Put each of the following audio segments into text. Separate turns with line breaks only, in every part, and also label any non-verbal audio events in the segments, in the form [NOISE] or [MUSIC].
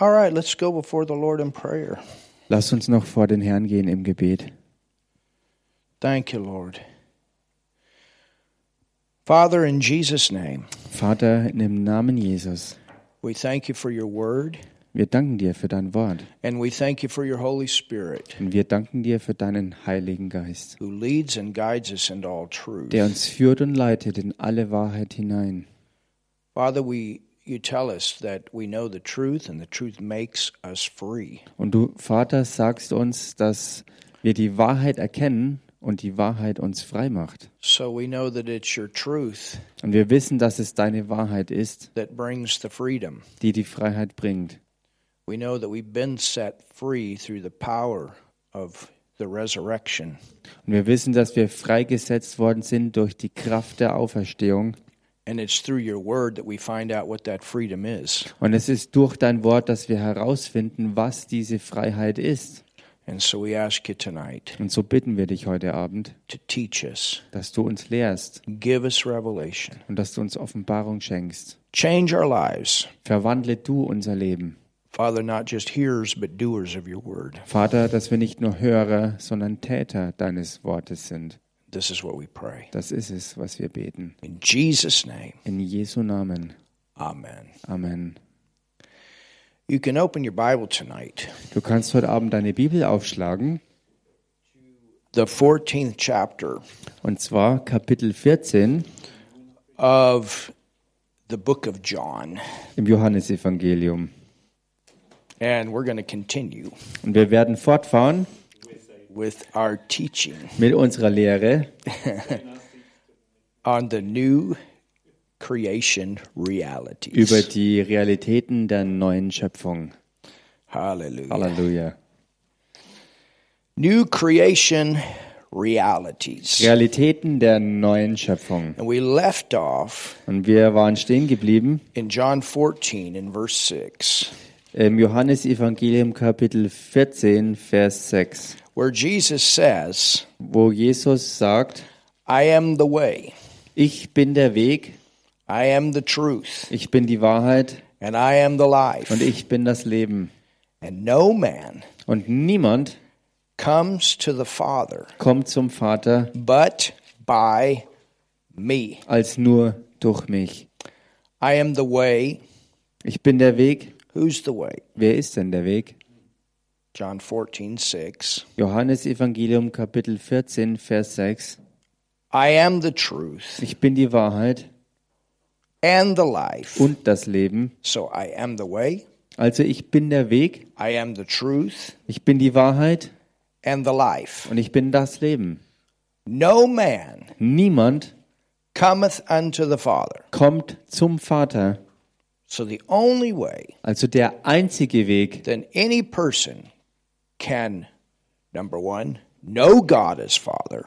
All right, let's go before the Lord in prayer.
Lass uns noch vor den Herrn gehen im Gebet.
Thank you, Lord. Father, in Jesus' name,
Vater, in dem Namen Jesus,
we thank you for your word
wir danken dir für dein Wort
and we thank you for your Holy Spirit
und wir danken dir für deinen Heiligen Geist,
who leads and guides us into all truth.
der uns führt und leitet in alle Wahrheit hinein.
Father, we you tell us that we know the truth and the truth makes us free.
Und du, Vater, sagst uns, dass wir die Wahrheit erkennen und die Wahrheit uns frei macht.
So we know that it's your truth
Und wir wissen, dass es deine Wahrheit ist,
that brings the freedom.
die die Freiheit bringt.
We know that we've been set free through the power of the resurrection.
Und wir wissen, dass wir freigesetzt worden sind durch die Kraft der Auferstehung.
And it's through your word that we find out what that freedom is.
Und es ist durch dein Wort, dass wir herausfinden, was diese Freiheit ist.
And so we ask you tonight
Und so bitten wir dich heute Abend,
to teach us,
dass du uns lehrst
give us revelation,
und dass du uns Offenbarung schenkst.
change our lives.
Verwandle du unser Leben.
Father, not just hearers, but doers of your word.
Vater, dass wir nicht nur Hörer, sondern Täter deines Wortes sind.
This is what we pray.
Das ist es, was wir beten.
In Jesus' name,
In Jesu Namen.
amen.
Amen.
You can open your Bible tonight,
Du kannst heute Abend deine Bibel aufschlagen,
the 14th chapter
und zwar Kapitel 14
of the book of John.
im Johannesevangelium.
And we're going to continue
Und wir werden fortfahren
with our teaching
mit unserer Lehre
on the new creation realities.
über die Realitäten der neuen Schöpfung.
Hallelujah.
Halleluja.
New creation realities.
Realitäten der neuen Schöpfung.
And we left off
Und wir waren stehen geblieben
in John 14 in verse 6,
im Johannesevangelium Kapitel 14, Vers 6,
where Jesus says,
wo Jesus sagt,
I am the way,
ich bin der Weg,
I am the truth,
ich bin die Wahrheit
and I am the life.
und ich bin das Leben.
And no man
Und niemand
comes to the Father
kommt zum Vater
but by me.
als nur durch mich.
I am the way.
Ich bin der Weg.
Who's the way?
Wer ist denn der Weg?
John 14, 6.
Johannes Evangelium Kapitel 14, Vers 6.
I am the truth
Ich bin die Wahrheit
and the life.
und das Leben.
So I am the way,
Also ich bin der Weg,
I am the truth,
ich bin die Wahrheit
and the life.
und ich bin das Leben.
No man
Niemand
cometh unto the Father.
kommt zum Vater.
So the only way
Also der einzige Weg,
that any person can, number one, know God as Father,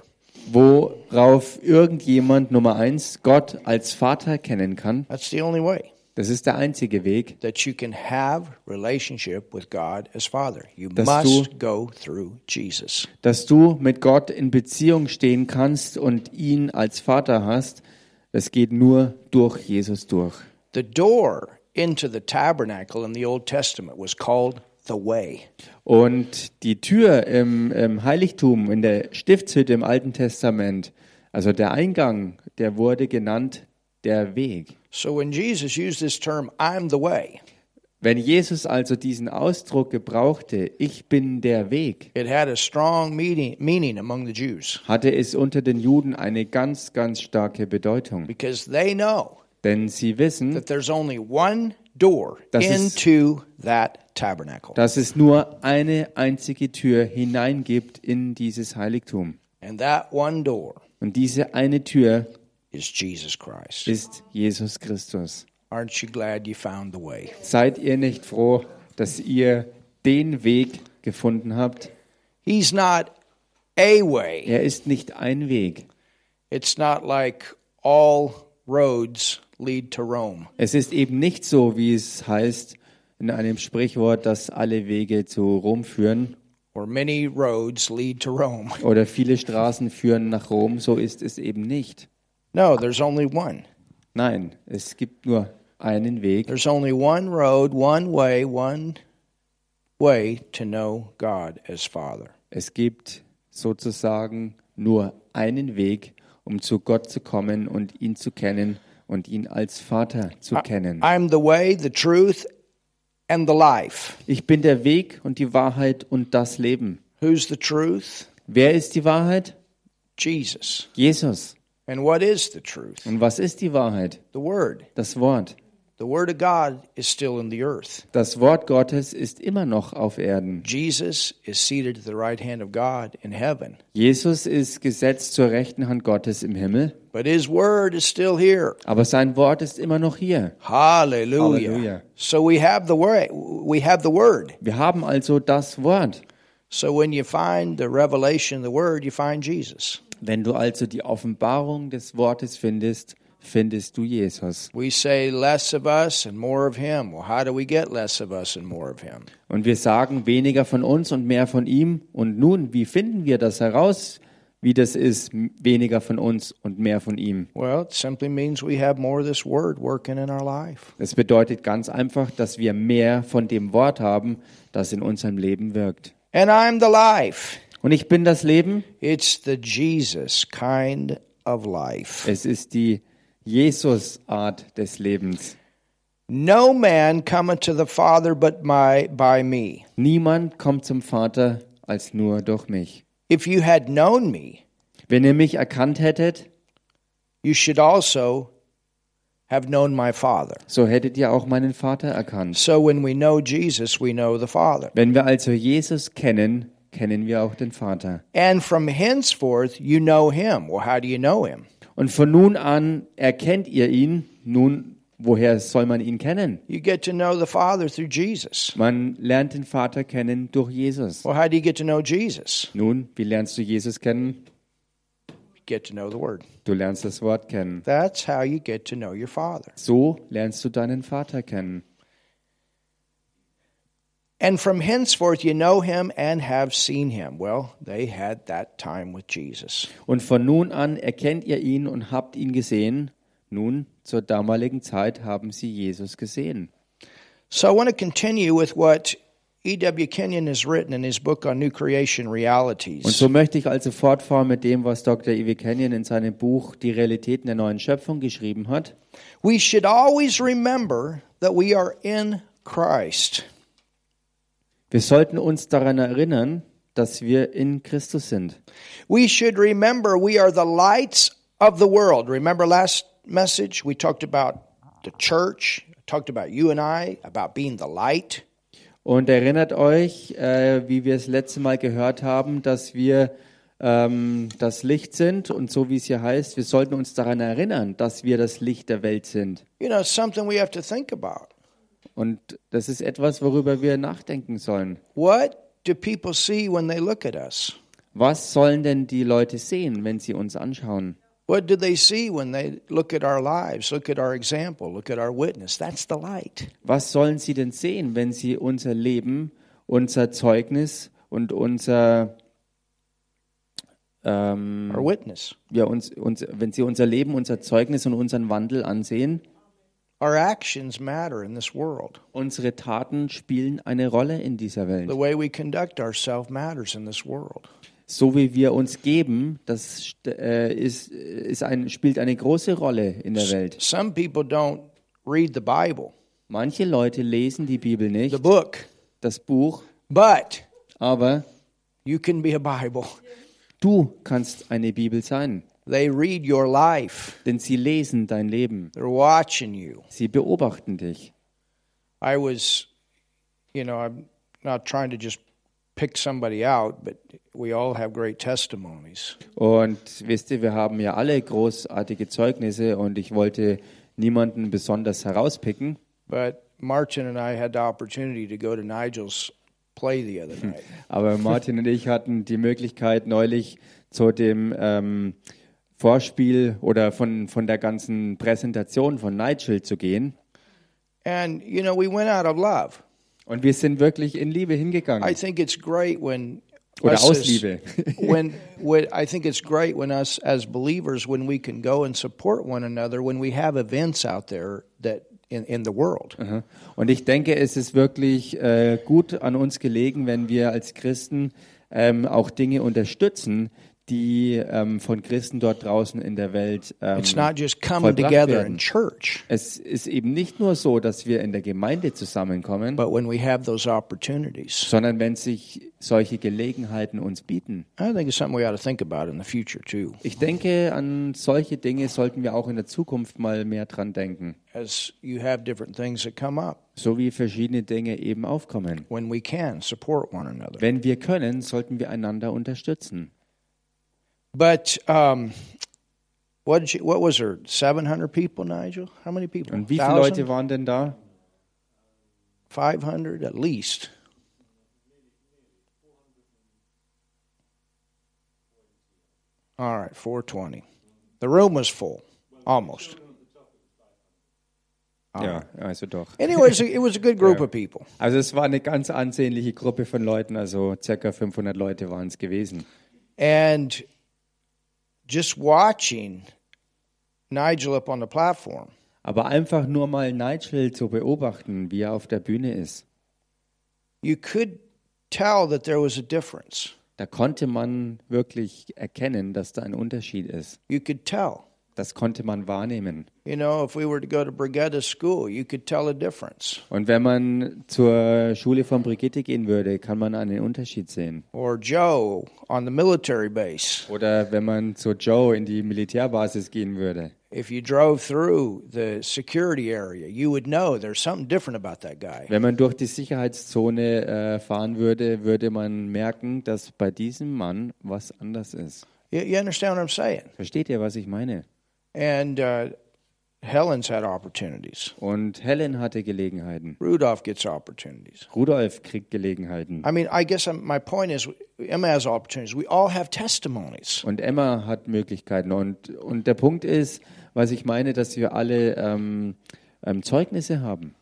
worauf irgendjemand Nummer eins Gott als Vater kennen kann.
that's the only way
Das ist der einzige Weg,
that you can have relationship with God as Father. You
Dass
must go through Jesus.
dass du mit Gott in Beziehung stehen kannst und ihn als Vater hast. Das geht nur durch Jesus durch.
The door into the tabernacle in the Old Testament was called the way.
Und die Tür im, im Heiligtum, in der Stiftshütte im Alten Testament, also der Eingang, der wurde genannt der Weg.
So when Jesus used this term, I'm the way,
Wenn Jesus also diesen Ausdruck gebrauchte, ich bin der Weg,
it had a strong meaning, meaning among the Jews
hatte es unter den Juden eine ganz, ganz starke Bedeutung.
because they know
Denn sie wissen,
that there's only one door
Das ist-
into that tabernacle.
dass es nur eine einzige Tür hineingibt in dieses Heiligtum.
And that one door
Und diese eine Tür
is Jesus Christ.
ist Jesus Christus.
Aren't you glad you found the way?
Seid ihr nicht froh, dass ihr den Weg gefunden habt?
He's not a way.
Er ist nicht ein Weg.
It's not like all roads lead to Rome.
Es ist eben nicht so, wie es heißt in einem Sprichwort, dass alle Wege zu Rom führen
or many roads lead to Rome. [LAUGHS]
oder viele Straßen führen nach Rom. So ist es eben nicht.
No, there's only one.
Nein, es gibt nur einen Weg.
There's only one road, one way, one way to know God as Father.
Es gibt sozusagen nur einen Weg, um zu Gott zu kommen und ihn zu kennen und ihn als Vater zu kennen.
I'm the way, the truth, and the life.
Ich bin der Weg und die Wahrheit und das Leben.
Who's the truth?
Wer ist die Wahrheit?
Jesus.
Jesus.
And what is the truth?
Und was ist die Wahrheit?
The Word.
Das Wort.
The Word of God is still in the earth.
Das Wort Gottes ist immer noch auf Erden.
Jesus is seated at the right hand of God in heaven,
Jesus ist gesetzt zur rechten Hand Gottes im Himmel,
but His Word is still here.
aber sein Wort ist immer noch hier.
Hallelujah.
Hallelujah.
So we have the word. We have the Word.
Wir haben also das Wort.
So when you find the revelation of the Word, you find Jesus.
Wenn du also die Offenbarung des Wortes findest, findest du Jesus.
We say less of us and more of Him. Well, how do we get less of us and more of Him?
Und wir sagen weniger von uns und mehr von ihm. Und nun, wie finden wir das heraus, wie das ist, m- weniger von uns und mehr von ihm?
Well, it simply means we have more of this Word working in our life.
Das bedeutet ganz einfach, dass wir mehr von dem Wort haben, das in unserem Leben wirkt.
And I'm the life.
Und ich bin das Leben.
It's the Jesus kind of life.
Es ist die Jesus-Art des Lebens.
No man cometh to the Father but my, by me.
Niemand kommt zum Vater als nur durch mich.
If you had known me,
Wenn ihr mich erkannt hättet,
you should also have known my Father.
so hättet ihr auch meinen Vater erkannt.
So when we know Jesus, we know the Father.
Wenn wir also Jesus kennen, kennen wir auch den Vater.
And from henceforth, you know him. Well, how do you know him?
Und von nun an erkennt ihr ihn. Nun, woher soll man ihn kennen?
You get to know the Father through Jesus.
Man lernt den Vater kennen durch Jesus.
Well, how do you get to know Jesus?
Nun, wie lernst du Jesus kennen?
You get to know the Word.
Du lernst das Wort kennen.
That's how you get to know your Father.
So lernst du deinen Vater kennen.
And from henceforth, you know him and have seen him. Well, they had that time with Jesus.
Und von nun an erkennt ihr ihn und habt ihn gesehen. Nun, zur damaligen Zeit haben sie Jesus gesehen.
So I want to continue with what E.W. Kenyon has written in his book on New Creation
Und
Realities.
so möchte ich also fortfahren mit dem, was Dr. Ivy Kenyon in seinem Buch Die Realitäten der neuen Schöpfung geschrieben hat.
We should always remember that we are in Christ.
Wir sollten uns daran erinnern, dass wir in Christus sind.
We should remember we are the lights of the world. Remember last message? We talked about the church, talked about you and I, about being the light.
Und erinnert euch, äh, wie wir es letzte Mal gehört haben, dass wir ähm, das Licht sind und so wie es hier heißt, wir sollten uns daran erinnern, dass wir das Licht der Welt sind.
You know, it's something we have to think about.
Und das ist etwas, worüber wir nachdenken sollen.
What do people see when they look at us?
Was sollen denn die Leute sehen, wenn sie uns anschauen?
What do they see when they look at our lives, look at our example, look at our witness? That's the light.
Was sollen sie denn sehen, wenn sie unser Leben, unser Zeugnis und unser ähm,
Our witness,
ja, uns, uns, wenn sie unser Leben, unser Zeugnis und unseren Wandel ansehen?
our actions matter in this world.
Unsere Taten spielen eine Rolle in dieser
The
Welt.
way we conduct ourselves matters in this world.
So wie wir uns geben, das st- äh, ist, ist ein, spielt eine große Rolle in der Welt.
Some people don't read the Bible,
Manche Leute lesen die Bibel
the
nicht,
book,
das Buch,
but
aber
You can be a Bible.
du kannst eine Bibel sein,
They read your life,
denn sie lesen dein Leben,
they're watching you.
sie beobachten dich.
I was, you know, I'm not trying to just pick somebody out, but we all have great testimonies.
Und wisst ihr, wir haben ja alle großartige Zeugnisse und ich wollte niemanden besonders herauspicken.
But Martin and I had the opportunity to go to Nigel's play the other night. [LAUGHS]
Aber Martin und ich hatten die Möglichkeit, neulich zu dem ähm, Vorspiel oder von, von der ganzen Präsentation von Nigel zu gehen.
And, you know, we went out of love.
Und wir sind wirklich in Liebe
I
hingegangen.
think it's great when.
Oder
us
aus
as-
Liebe.
[LAUGHS] when, when I think it's great when us as believers when we can go and support one another when we have events out there that in, in the world.
Aha. Und ich denke, es ist wirklich äh, gut an uns gelegen, wenn wir als Christen ähm, auch Dinge unterstützen, die ähm, von Christen dort draußen in der Welt. Ähm,
It's not just coming
vollbracht
together in
werden.
church,
Es ist eben nicht nur so, dass wir in der Gemeinde zusammenkommen,
but when we have those opportunities.
sondern wenn sich solche Gelegenheiten uns bieten.
I think it's something we ought to think about in the future too.
Ich denke, an solche Dinge sollten wir auch in der Zukunft mal mehr dran denken,
As you have different things that come up,
so wie verschiedene Dinge eben aufkommen.
when we can support one another.
Wenn wir können, sollten wir einander unterstützen.
But um, what did you, what was there? Seven hundred people, Nigel. How many people?
Und wie viele Leute waren denn da?
Five hundred at least. All right, four twenty. The room was full, almost.
Ja, also doch.
Anyways, it was a good group of people.
Also es war eine ganz ansehnliche Gruppe von Leuten, also circa 500 Leute waren es gewesen.
And just watching Nigel up on the platform,
Aber einfach nur mal Nigel zu beobachten, wie er auf der Bühne ist,
you could tell that there was a difference.
da konnte man wirklich erkennen, dass da ein Unterschied ist.
You could tell.
Das konnte man wahrnehmen.
You know, if we were to go to Brigada school, you could tell a difference.
Und wenn man zur Schule von Brigitte gehen würde, kann man einen Unterschied sehen.
Or Joe on the military base.
Oder wenn man zu Joe in die Militärbasis gehen würde.
If you drove through the security area, you would know there's something different about that guy.
Wenn man durch die Sicherheitszone äh, fahren würde, würde man merken, dass bei diesem Mann was anders ist.
You, you understand what I'm saying?
Versteht ihr, was ich meine?
And uh, Helen's had opportunities.
Und Helen hatte Gelegenheiten.
Rudolph gets opportunities.
Rudolf kriegt Gelegenheiten.
I mean, I guess I'm, my point is, Emma has opportunities. We all have testimonies.
Und Emma hat Möglichkeiten. Und, und der Punkt ist, was ich meine, dass wir alle ähm, ähm, Zeugnisse haben.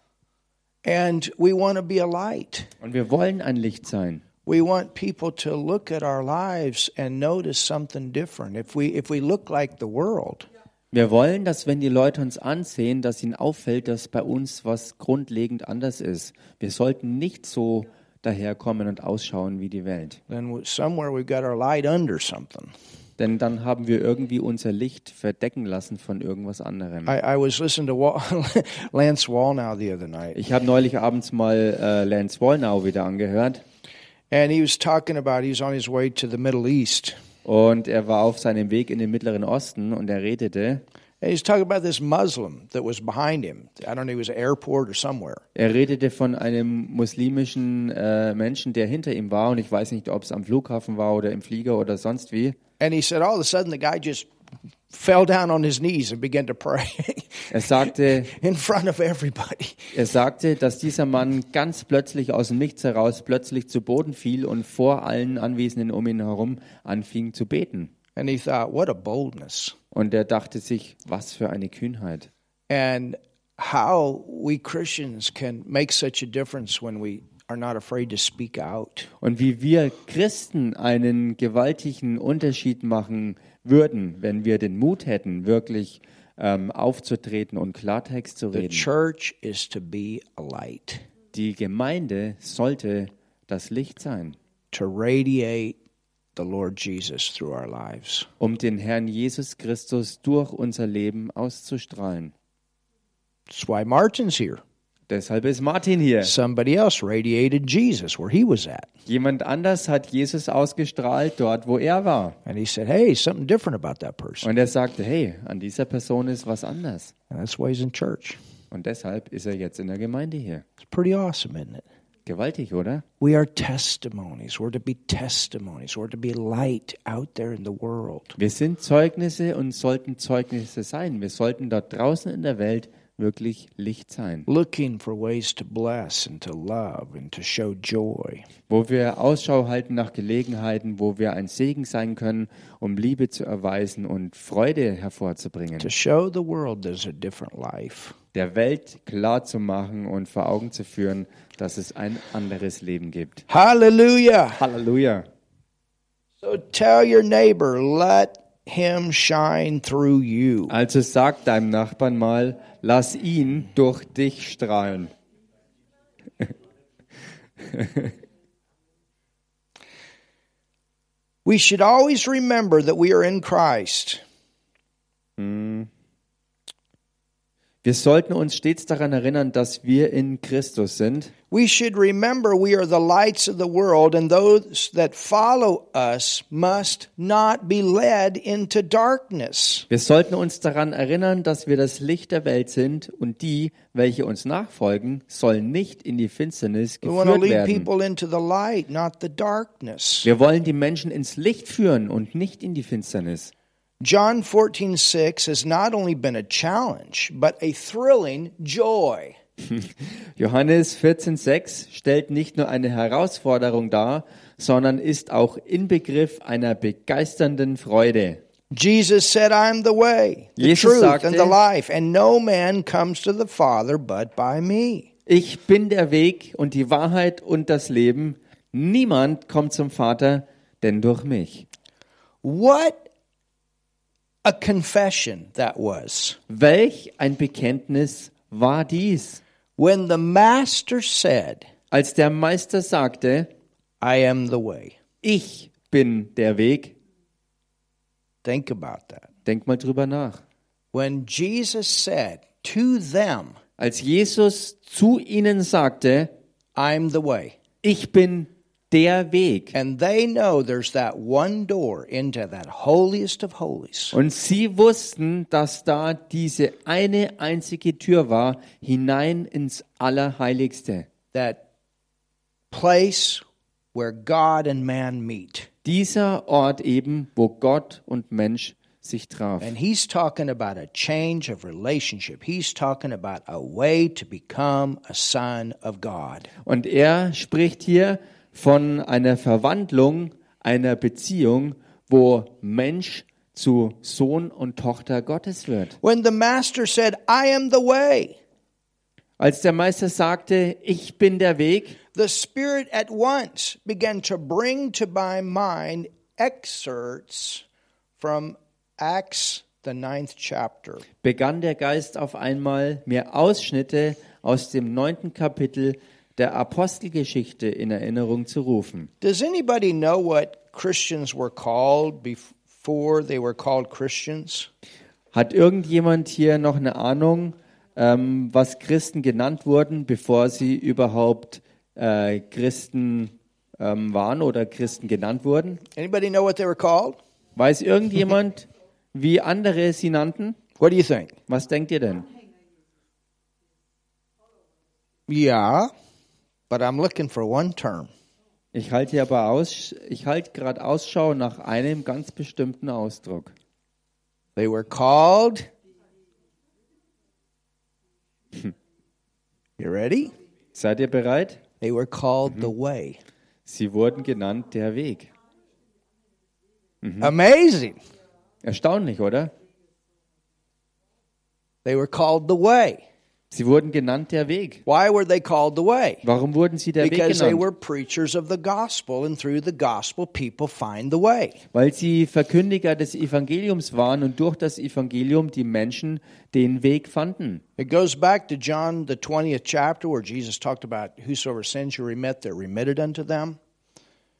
And we want to be a light.
Und wir wollen ein Licht sein.
We want people to look at our lives and notice something different. If we, if we look like the world,
Wir wollen, dass wenn die Leute uns ansehen, dass ihnen auffällt, dass bei uns was grundlegend anders ist. Wir sollten nicht so daherkommen und ausschauen wie die Welt.
then we- somewhere we've got our light under something.
Denn dann haben wir irgendwie unser Licht verdecken lassen von irgendwas anderem.
I, I was listening to Wal- [LAUGHS] Lance Wallnow the other night,
Ich habe neulich abends mal äh, Lance Wallnau wieder angehört
and he was talking about he was on his way to the Middle East.
und er war auf seinem Weg in den Mittleren Osten und er redete.
And he was talking about this Muslim that was behind him. I don't know, he was at an airport or somewhere.
Er redete von einem muslimischen äh, Menschen, der hinter ihm war und ich weiß nicht, ob es am Flughafen war oder im Flieger oder sonst wie.
And he said, all of a sudden, the guy just fell down on his knees and began to pray [LAUGHS]
Er sagte,
in front of everybody.
Er sagte, dass dieser Mann ganz plötzlich aus dem Nichts heraus plötzlich zu Boden fiel und vor allen Anwesenden um ihn herum anfing zu beten.
And he thought, what a boldness.
Und er dachte sich, was für eine Kühnheit.
and how we Christians can make such a difference when we are not afraid to speak out.
Und wie wir Christen einen gewaltigen Unterschied machen würden, wenn wir den Mut hätten, wirklich ähm, aufzutreten und Klartext zu
The
reden.
church is to be a light,
Die Gemeinde sollte das Licht sein,
to radiate the Lord Jesus through our lives.
um den Herrn Jesus Christus durch unser Leben auszustrahlen.
That's why Martin's here.
Deshalb ist Martin hier.
Somebody else radiated Jesus where he was at.
Jemand anders hat Jesus ausgestrahlt dort, wo er war.
And he said, Hey, something different about that person.
Und er sagte, hey, an dieser Person ist was anders.
And that's why he's in church.
Und deshalb ist er jetzt in der Gemeinde hier.
It's pretty awesome, isn't it?
Gewaltig, oder?
We are testimonies. We're to be testimonies. We're to be light out there in the world.
Wir sind Zeugnisse und sollten Zeugnisse sein. Wir sollten dort draußen in der Welt wirklich Licht sein,
looking for ways to bless and to love and to show joy.
wo wir Ausschau halten nach Gelegenheiten, wo wir ein Segen sein können, um Liebe zu erweisen und Freude hervorzubringen,
To show the world there's a different life.
der Welt klar zu machen und vor Augen zu führen, dass es ein anderes Leben gibt.
Hallelujah.
Halleluja.
So tell your neighbor, let him shine through you.
Also sag deinem Nachbarn mal, lass ihn durch dich strahlen.
We should always remember that we are in Christ.
Wir sollten uns stets daran erinnern, dass wir in Christus sind.
We should remember we are the lights of the world, and those that follow us must not be led into darkness.
Wir sollten uns daran erinnern, dass wir das Licht der Welt sind und die, welche uns nachfolgen, sollen nicht in die Finsternis
We want to
geführt
lead
werden.
people into the light, not the darkness.
Wir wollen die Menschen ins Licht führen und nicht in die Finsternis.
John 14:6 has not only been a challenge, but a thrilling joy.
Johannes 14,6 stellt nicht nur eine Herausforderung dar, sondern ist auch Inbegriff einer begeisternden Freude.
Jesus said, "I am the way, the
Jesus
truth,
sagte,
and the life, and no man comes to the Father but by me."
Ich bin der Weg und die Wahrheit und das Leben. Niemand kommt zum Vater, denn durch mich.
What a confession that was.
Welch ein Bekenntnis war dies,
When the master said,
als der Meister sagte,
"I am the way."
ich bin der Weg.
Think about that.
Denk mal drüber nach.
When Jesus said to them,
Als Jesus zu ihnen sagte,
"I'm the way."
ich bin der Weg.
And they know there's that one door into that holiest of holies.
Und sie wussten, dass da diese eine einzige Tür war, hinein ins Allerheiligste.
That place where God and man meet.
Dieser Ort eben, wo Gott und Mensch sich traf.
And he's talking about a change of relationship. He's talking about a way to become a son of God.
Und er spricht hier von einer Verwandlung, einer Beziehung, wo Mensch zu Sohn und Tochter Gottes wird.
When the master said, I am the way,
Als der Meister sagte, ich bin der Weg,
the Spirit at once began to bring to my mind excerpts from Acts, the ninth chapter.
begann der Geist auf einmal, mir Ausschnitte aus dem neunten Kapitel der Apostelgeschichte in Erinnerung zu rufen.
Does anybody know what Christians were called before they were called Christians?
Hat irgendjemand hier noch eine Ahnung, ähm, was Christen genannt wurden, bevor sie überhaupt äh, Christen ähm, waren oder Christen genannt wurden?
Anybody know what they were called?
Weiß irgendjemand, wie andere sie nannten?
What do you think?
Was denkt ihr denn?
Yeah, but I'm looking for one term.
Ich halte hier aber aus, ich halte gerade Ausschau nach einem ganz bestimmten Ausdruck.
They were called. Hmm. You ready?
Seid ihr bereit?
They were called the way.
Sie wurden genannt der Weg.
Amazing.
Erstaunlich, oder?
They were called the way.
Sie wurden genannt der Weg.
Why were they called the way?
Warum wurden sie der Weg
Because they
genannt?
were preachers of the gospel, and through the gospel, people find the way.
weil sie Verkündiger des Evangeliums waren und durch das Evangelium die Menschen den Weg fanden.
It goes back to John, the 20th chapter, where Jesus talked about whosoever sins you remit, they're remitted unto them.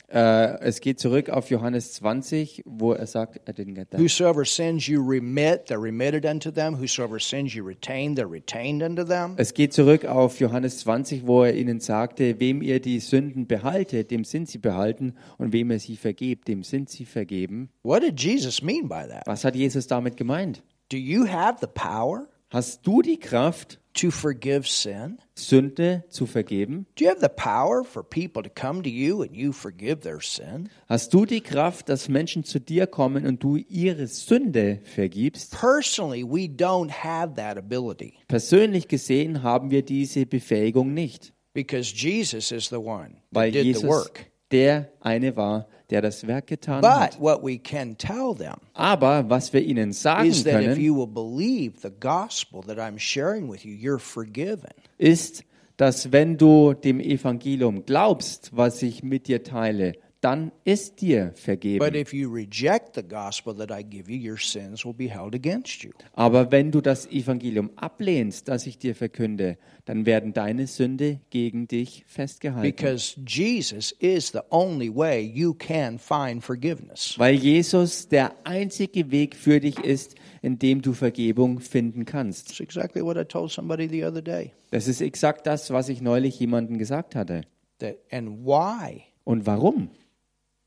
Äh, es geht zurück auf Johannes 20, wo er sagt, I didn't get that.
Whosoever sins you remit, they're remitted unto them. Whosoever sins you retain, they're retained unto them.
es geht zurück auf Johannes 20, wo er ihnen sagte, wem ihr die Sünden behaltet, dem sind sie behalten und wem ihr sie vergebt, dem sind sie vergeben.
What did Jesus mean by that?
Was hat Jesus damit gemeint?
Do you have the power
Hast du die Kraft,
to forgive sin?
Sünde zu vergeben?
Do you have the power for people to come to you and you forgive their sin?
Hast du die Kraft, dass Menschen zu dir kommen und du ihre Sünde vergibst?
Personally, we don't have that ability
Persönlich gesehen haben wir diese Befähigung nicht,
because Jesus is the one that
weil
did the
Jesus
work.
der eine war, der das Werk getan
But
hat.
what we can tell them
Aber was wir ihnen sagen
is that if
können,
you will believe the gospel that I'm sharing with you, you're forgiven.
ist, dass wenn du dem Evangelium glaubst, was ich mit dir teile, dann ist dir
But
vergeben.
if you reject the gospel that I give you, your sins will be held against you.
Aber wenn du das Evangelium ablehnst, das ich dir verkünde, dann werden deine Sünde gegen dich festgehalten.
Because Jesus is the only way you can find forgiveness.
Weil Jesus der einzige Weg für dich ist, in dem du Vergebung finden kannst.
That's exactly what I told somebody the other day.
Das ist exakt das, was ich neulich jemandem gesagt hatte.
That and why?
Und warum?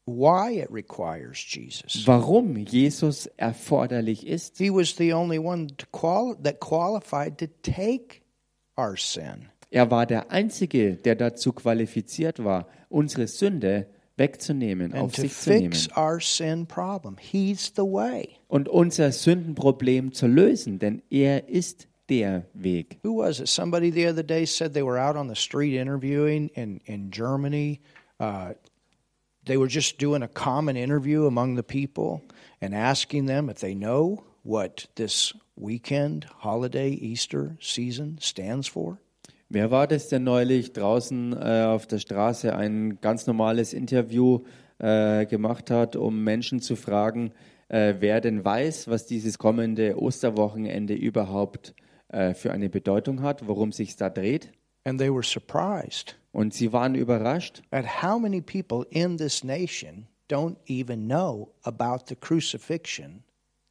Why it requires Jesus.
Warum Jesus erforderlich ist?
He was the only one to qual- that qualified to take our sin.
Er war der Einzige, der dazu qualifiziert war, unsere Sünde wegzunehmen,
And
auf
to
sich zu nehmen
fix our sin problem. He's the way.
und unser Sündenproblem zu lösen, denn er ist der Weg.
Who was it? Somebody the other day said they were out on the street interviewing in, in Germany. Uh, they were just doing a common interview among the people and asking them if they know what this weekend, holiday, Easter season stands for.
Wer war das denn neulich draußen äh, auf der Straße ein ganz normales Interview äh, gemacht hat, um Menschen zu fragen, äh, wer denn weiß, was dieses kommende Osterwochenende überhaupt äh, für eine Bedeutung hat, worum sich da dreht?
And they were surprised
Und sie waren überrascht,
at how many people in this nation don't even know about the crucifixion,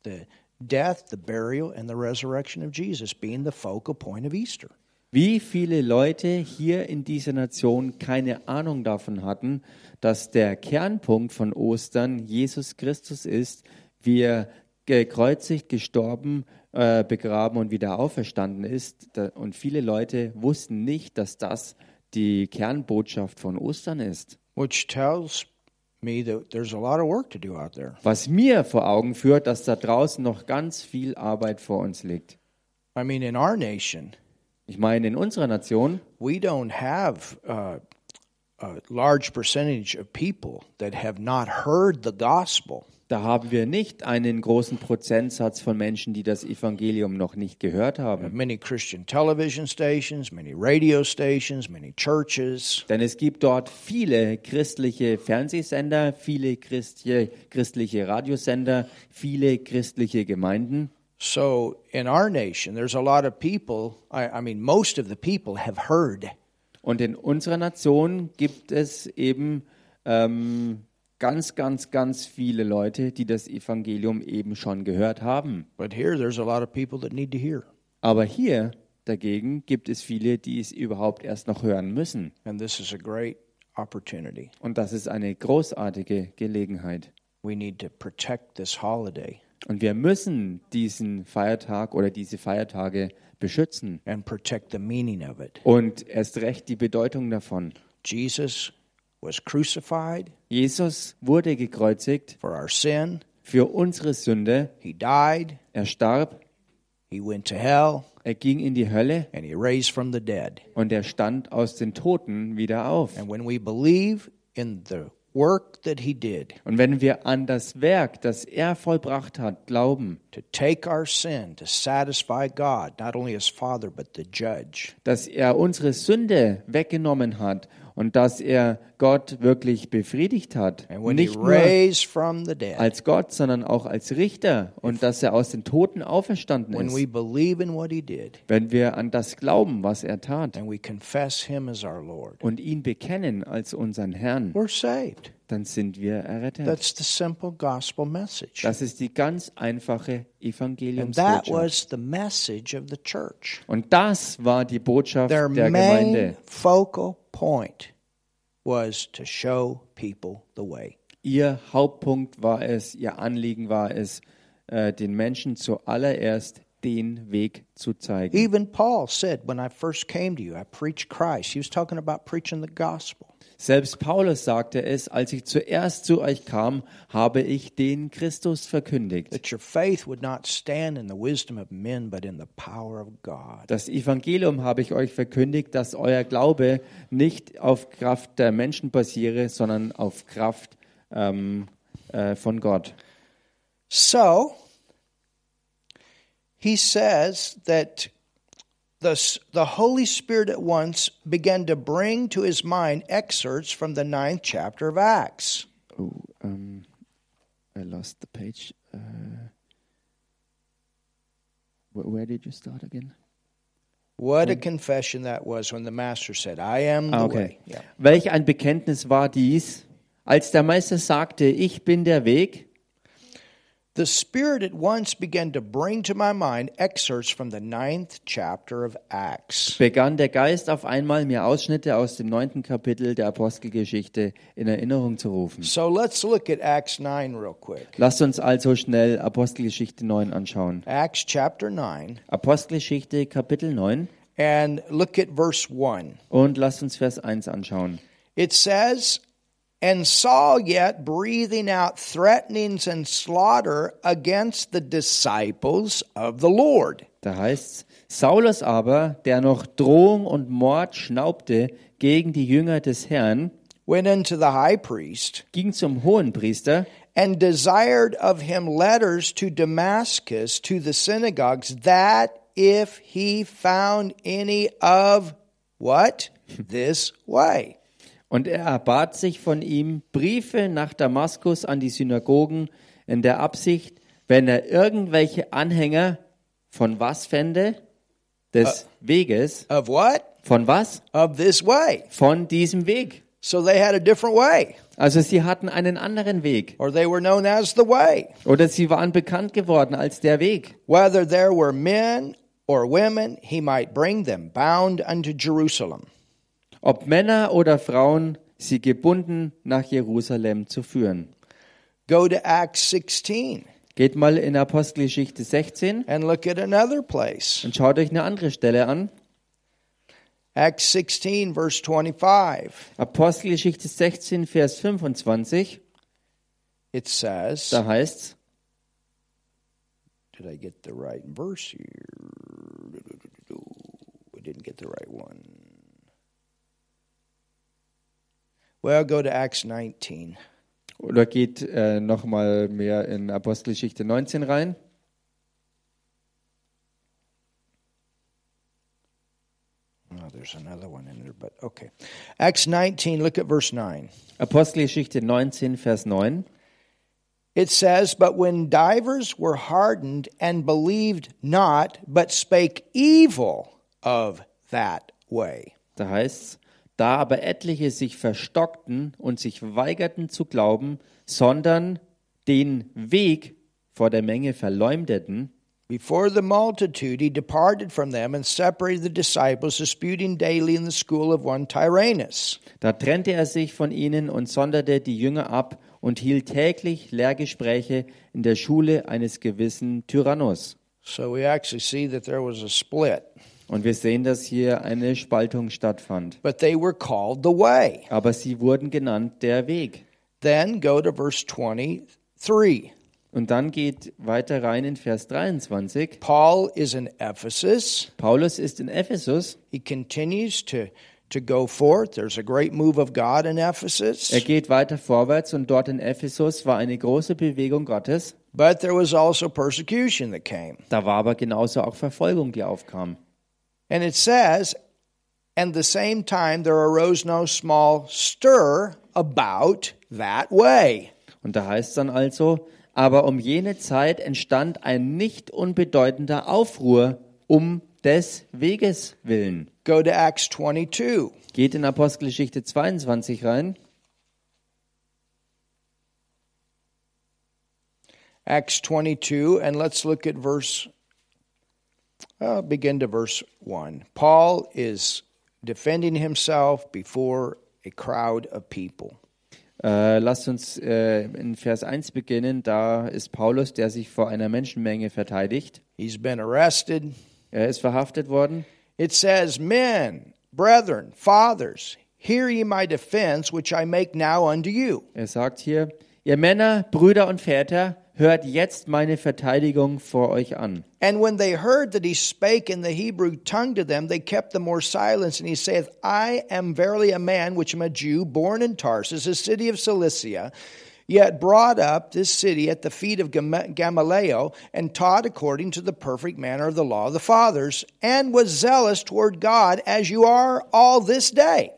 the death, the burial, and the resurrection of Jesus being the focal point of Easter.
wie viele Leute hier in dieser Nation keine Ahnung davon hatten, dass der Kernpunkt von Ostern Jesus Christus ist, wie er gekreuzigt, gestorben, äh, begraben und wieder auferstanden ist. Da, und viele Leute wussten nicht, dass das die Kernbotschaft von Ostern ist.
which tells me that there's a lot of work to do out there.
Was mir vor Augen führt, dass da draußen noch ganz viel Arbeit vor uns liegt.
I mean, in our nation,
Ich meine, in unserer Nation
we don't have uh, a large percentage of people that have not heard the gospel.
Da haben wir nicht einen großen Prozentsatz von Menschen, die das Evangelium noch nicht gehört haben.
Many Christian television stations, many radio stations, many churches.
Denn es gibt dort viele christliche Fernsehsender, viele christliche, christliche Radiosender, viele christliche Gemeinden.
So, in our nation, there's a lot of people, I, I mean, most of the people have heard.
Und in unserer Nation gibt es eben ähm, ganz, ganz, ganz viele Leute, die das Evangelium eben schon gehört haben.
But here, there's a lot of people that need to hear.
Aber hier dagegen gibt es viele, die es überhaupt erst noch hören müssen.
And this is a great opportunity.
Und das ist eine großartige Gelegenheit.
We need to protect this holiday.
Und wir müssen diesen Feiertag oder diese Feiertage beschützen
and protect the meaning of it.
und erst recht die Bedeutung davon.
Jesus was crucified
Jesus wurde gekreuzigt
for our sin,
für unsere Sünde,
he died,
er starb,
he went to hell,
er ging in die Hölle
and he raised from the dead.
und er stand aus den Toten wieder auf.
And when we believe in the work that he did
Und wenn wir an das Werk, das er vollbracht hat, glauben,
to take our sin to satisfy God, not only as Father, but the judge,
dass er unsere Sünde weggenommen hat und dass er Gott wirklich befriedigt hat,
and when
nicht
he
nur
raised from the dead,
als Gott, sondern auch als Richter und dass er aus den Toten auferstanden
when we
ist,
believe in what he did
wenn wir an das glauben, was er tat
and we confess him as our Lord,
und ihn bekennen als unseren Herrn,
we're saved.
dann sind wir errettet.
That's the simple gospel message.
Das ist die ganz einfache
And that
Evangeliumsbotschaft.
was the message of the church.
Und das war die Botschaft
Their
der
main
Gemeinde.
focal point was to show people the way.
Ihr Hauptpunkt war es, ihr Anliegen war es, äh, den Menschen zuallererst den Weg zu zeigen.
Even Paul said, When I first came to you, I preached Christ. He was talking about preaching the gospel.
Selbst Paulus sagte es, als ich zuerst zu euch kam, habe ich den Christus verkündigt.
That your faith would not stand in the wisdom of men, but in the power of God.
Das Evangelium habe ich euch verkündigt, dass euer Glaube nicht auf Kraft der Menschen basiere, sondern auf Kraft ähm, äh, von Gott.
So, he says that the, the Holy Spirit at once began to bring to his mind excerpts from the ninth chapter of Acts.
Oh, um, I lost the page. Uh, wh- where did you start again?
What a confession that was when the master said, I am the
Ah, okay.
way. Yeah.
Welch ein Bekenntnis war dies, als der Meister sagte, ich bin der Weg.
The Spirit at once began to bring to my mind excerpts from the ninth chapter of Acts.
begann der Geist auf einmal, mir Ausschnitte aus dem neunten Kapitel der Apostelgeschichte in Erinnerung zu rufen.
So let's look at Acts 9 real quick.
Lasst uns also schnell Apostelgeschichte 9 anschauen.
Acts chapter 9
Apostelgeschichte Kapitel 9
and look at verse 1.
und lasst uns Vers 1 anschauen.
It says, And Saul yet breathing out threatenings and slaughter against the disciples of the Lord.
Da heißt's, Saulus aber, der noch Drohung und Mord schnaubte gegen die Jünger des Herrn,
went unto the high priest
ging zum Hohenpriester
and desired of him letters to Damascus to the synagogues that if he found any of what this way
und er erbat sich von ihm Briefe nach Damaskus an die Synagogen in der Absicht, wenn er irgendwelche Anhänger von was fände? Des Weges.
of what
Von was?
of this way
Von diesem Weg.
so they had a different way
Also sie hatten einen anderen Weg.
or they were known as the way
Oder sie waren bekannt geworden als der Weg.
whether there were men or women he might bring them bound unto Jerusalem
Ob Männer oder Frauen, sie gebunden nach Jerusalem zu führen.
go to acts 16
Geht mal in Apostelgeschichte 16
and look at another place
und schaut euch eine andere Stelle an.
acts 16 verse 25
Apostelgeschichte 16, Vers 25,
It says,
da heißt's,
did I get the right verse here? I didn't get the right one. Well, go to Acts 19.
oder geht äh, nochmal mehr in Apostelgeschichte 19 rein.
Oh, there's another one in there, but okay. Acts 19, look at verse 9.
Apostelgeschichte 19, Vers 9.
It says, But when divers were hardened and believed not, but spake evil of that way.
Da heißt's, da aber etliche sich verstockten und sich weigerten zu glauben, sondern den Weg vor der Menge verleumdeten,
Before the multitude, he departed from them and separated the disciples, disputing daily in the school of one Tyrannus.
da trennte er sich von ihnen und sonderte die Jünger ab und hielt täglich Lehrgespräche in der Schule eines gewissen Tyrannus.
So we actually see that there was a split,
Und wir sehen, dass hier eine Spaltung stattfand.
but they were called the way.
Aber sie wurden genannt der Weg.
Then go to verse 23.
Und dann geht weiter rein in Vers 23.
Paul is in Ephesus.
Paulus ist in Ephesus.
He continues to, to go forth. There's a great move of God in Ephesus,
Er geht weiter vorwärts und dort in Ephesus war eine große Bewegung Gottes.
but there was also persecution that came.
Da war aber genauso auch Verfolgung, die aufkam.
And it says, and the same time there arose no small stir about that way.
Und da heißt es dann also, aber um jene Zeit entstand ein nicht unbedeutender Aufruhr um des Weges willen.
Go to Acts 22.
Geht in Apostelgeschichte 22 rein.
Acts 22, and let's look at verse, uh, begin to verse 1. Paul is defending himself before a crowd of people.
Äh, lasst uns äh, in Vers 1 beginnen. Da ist Paulus, der sich vor einer Menschenmenge verteidigt.
He's been arrested.
Er ist verhaftet worden.
It says, Men, brethren, fathers, hear ye my defense, which I make now unto you.
Er sagt hier, ihr Männer, Brüder und Väter, hört jetzt meine Verteidigung vor euch an.
And when they heard that he spake in the Hebrew tongue to them, they kept the more silence. And he saith, I am verily a man which am a Jew, born in Tarsus, a city of Cilicia, yet brought up this city at the feet of Gam- Gamaliel, and taught according to the perfect manner of the law of the fathers, and was zealous toward God as you are all this day.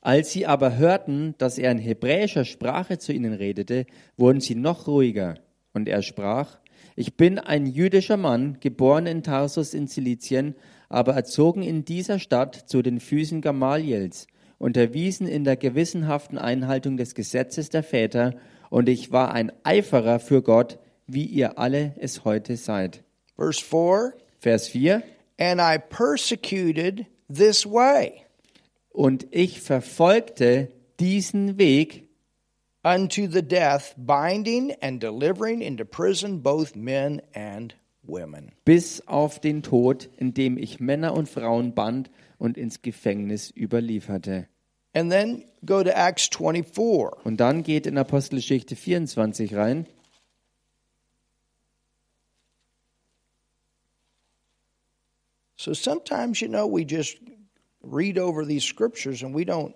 Als sie aber hörten, dass er in hebräischer Sprache zu ihnen redete, wurden sie noch ruhiger. Und er sprach, ich bin ein jüdischer Mann, geboren in Tarsus in Silizien, aber erzogen in dieser Stadt zu den Füßen Gamaliels, unterwiesen in der gewissenhaften Einhaltung des Gesetzes der Väter, und ich war ein Eiferer für Gott, wie ihr alle es heute seid.
Verse 4
Vers 4.
And I persecuted this way
Und ich verfolgte diesen Weg
unto the death, binding and delivering into prison both men and women.
bis auf den Tod, indem ich Männer und Frauen band und ins Gefängnis überlieferte.
And then go to Acts 24.
Und dann geht in Apostelgeschichte 24 rein.
So sometimes, you know, we just read over these scriptures and we don't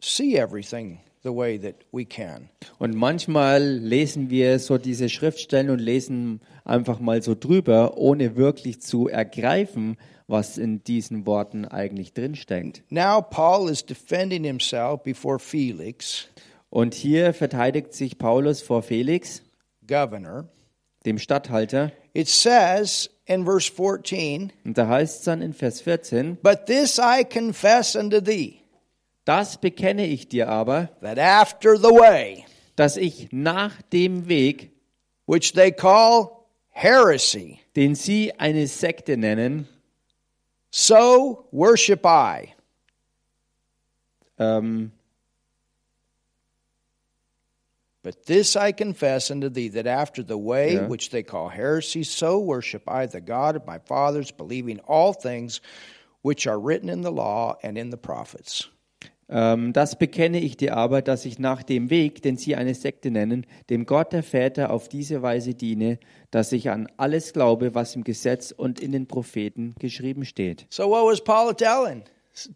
see everything the way that we can.
Und manchmal lesen wir so diese Schriftstellen und lesen einfach mal so drüber, ohne wirklich zu ergreifen, was in diesen Worten eigentlich drinsteckt.
Now, Paul is defending himself before Felix,
Und hier verteidigt sich Paulus vor Felix,
governor.
dem Statthalter.
It says in verse 14,
Und da heißt es dann in Vers 14,
But this I confess unto thee,
das bekenne ich dir aber,
that after the way,
dass ich nach dem Weg,
which they call heresy,
den sie eine Sekte nennen,
so worship I.
ähm,
But this I confess unto thee, that after the way
Yeah.
which they call heresy, so worship I the God of my fathers, believing all things which are written in the law and in the prophets.
Ähm, das bekenne ich dir aber, dass ich nach dem Weg, den sie eine Sekte nennen, dem Gott der Väter auf diese Weise diene, dass ich an alles glaube, was im Gesetz und in den Propheten geschrieben steht.
So what was Paul telling?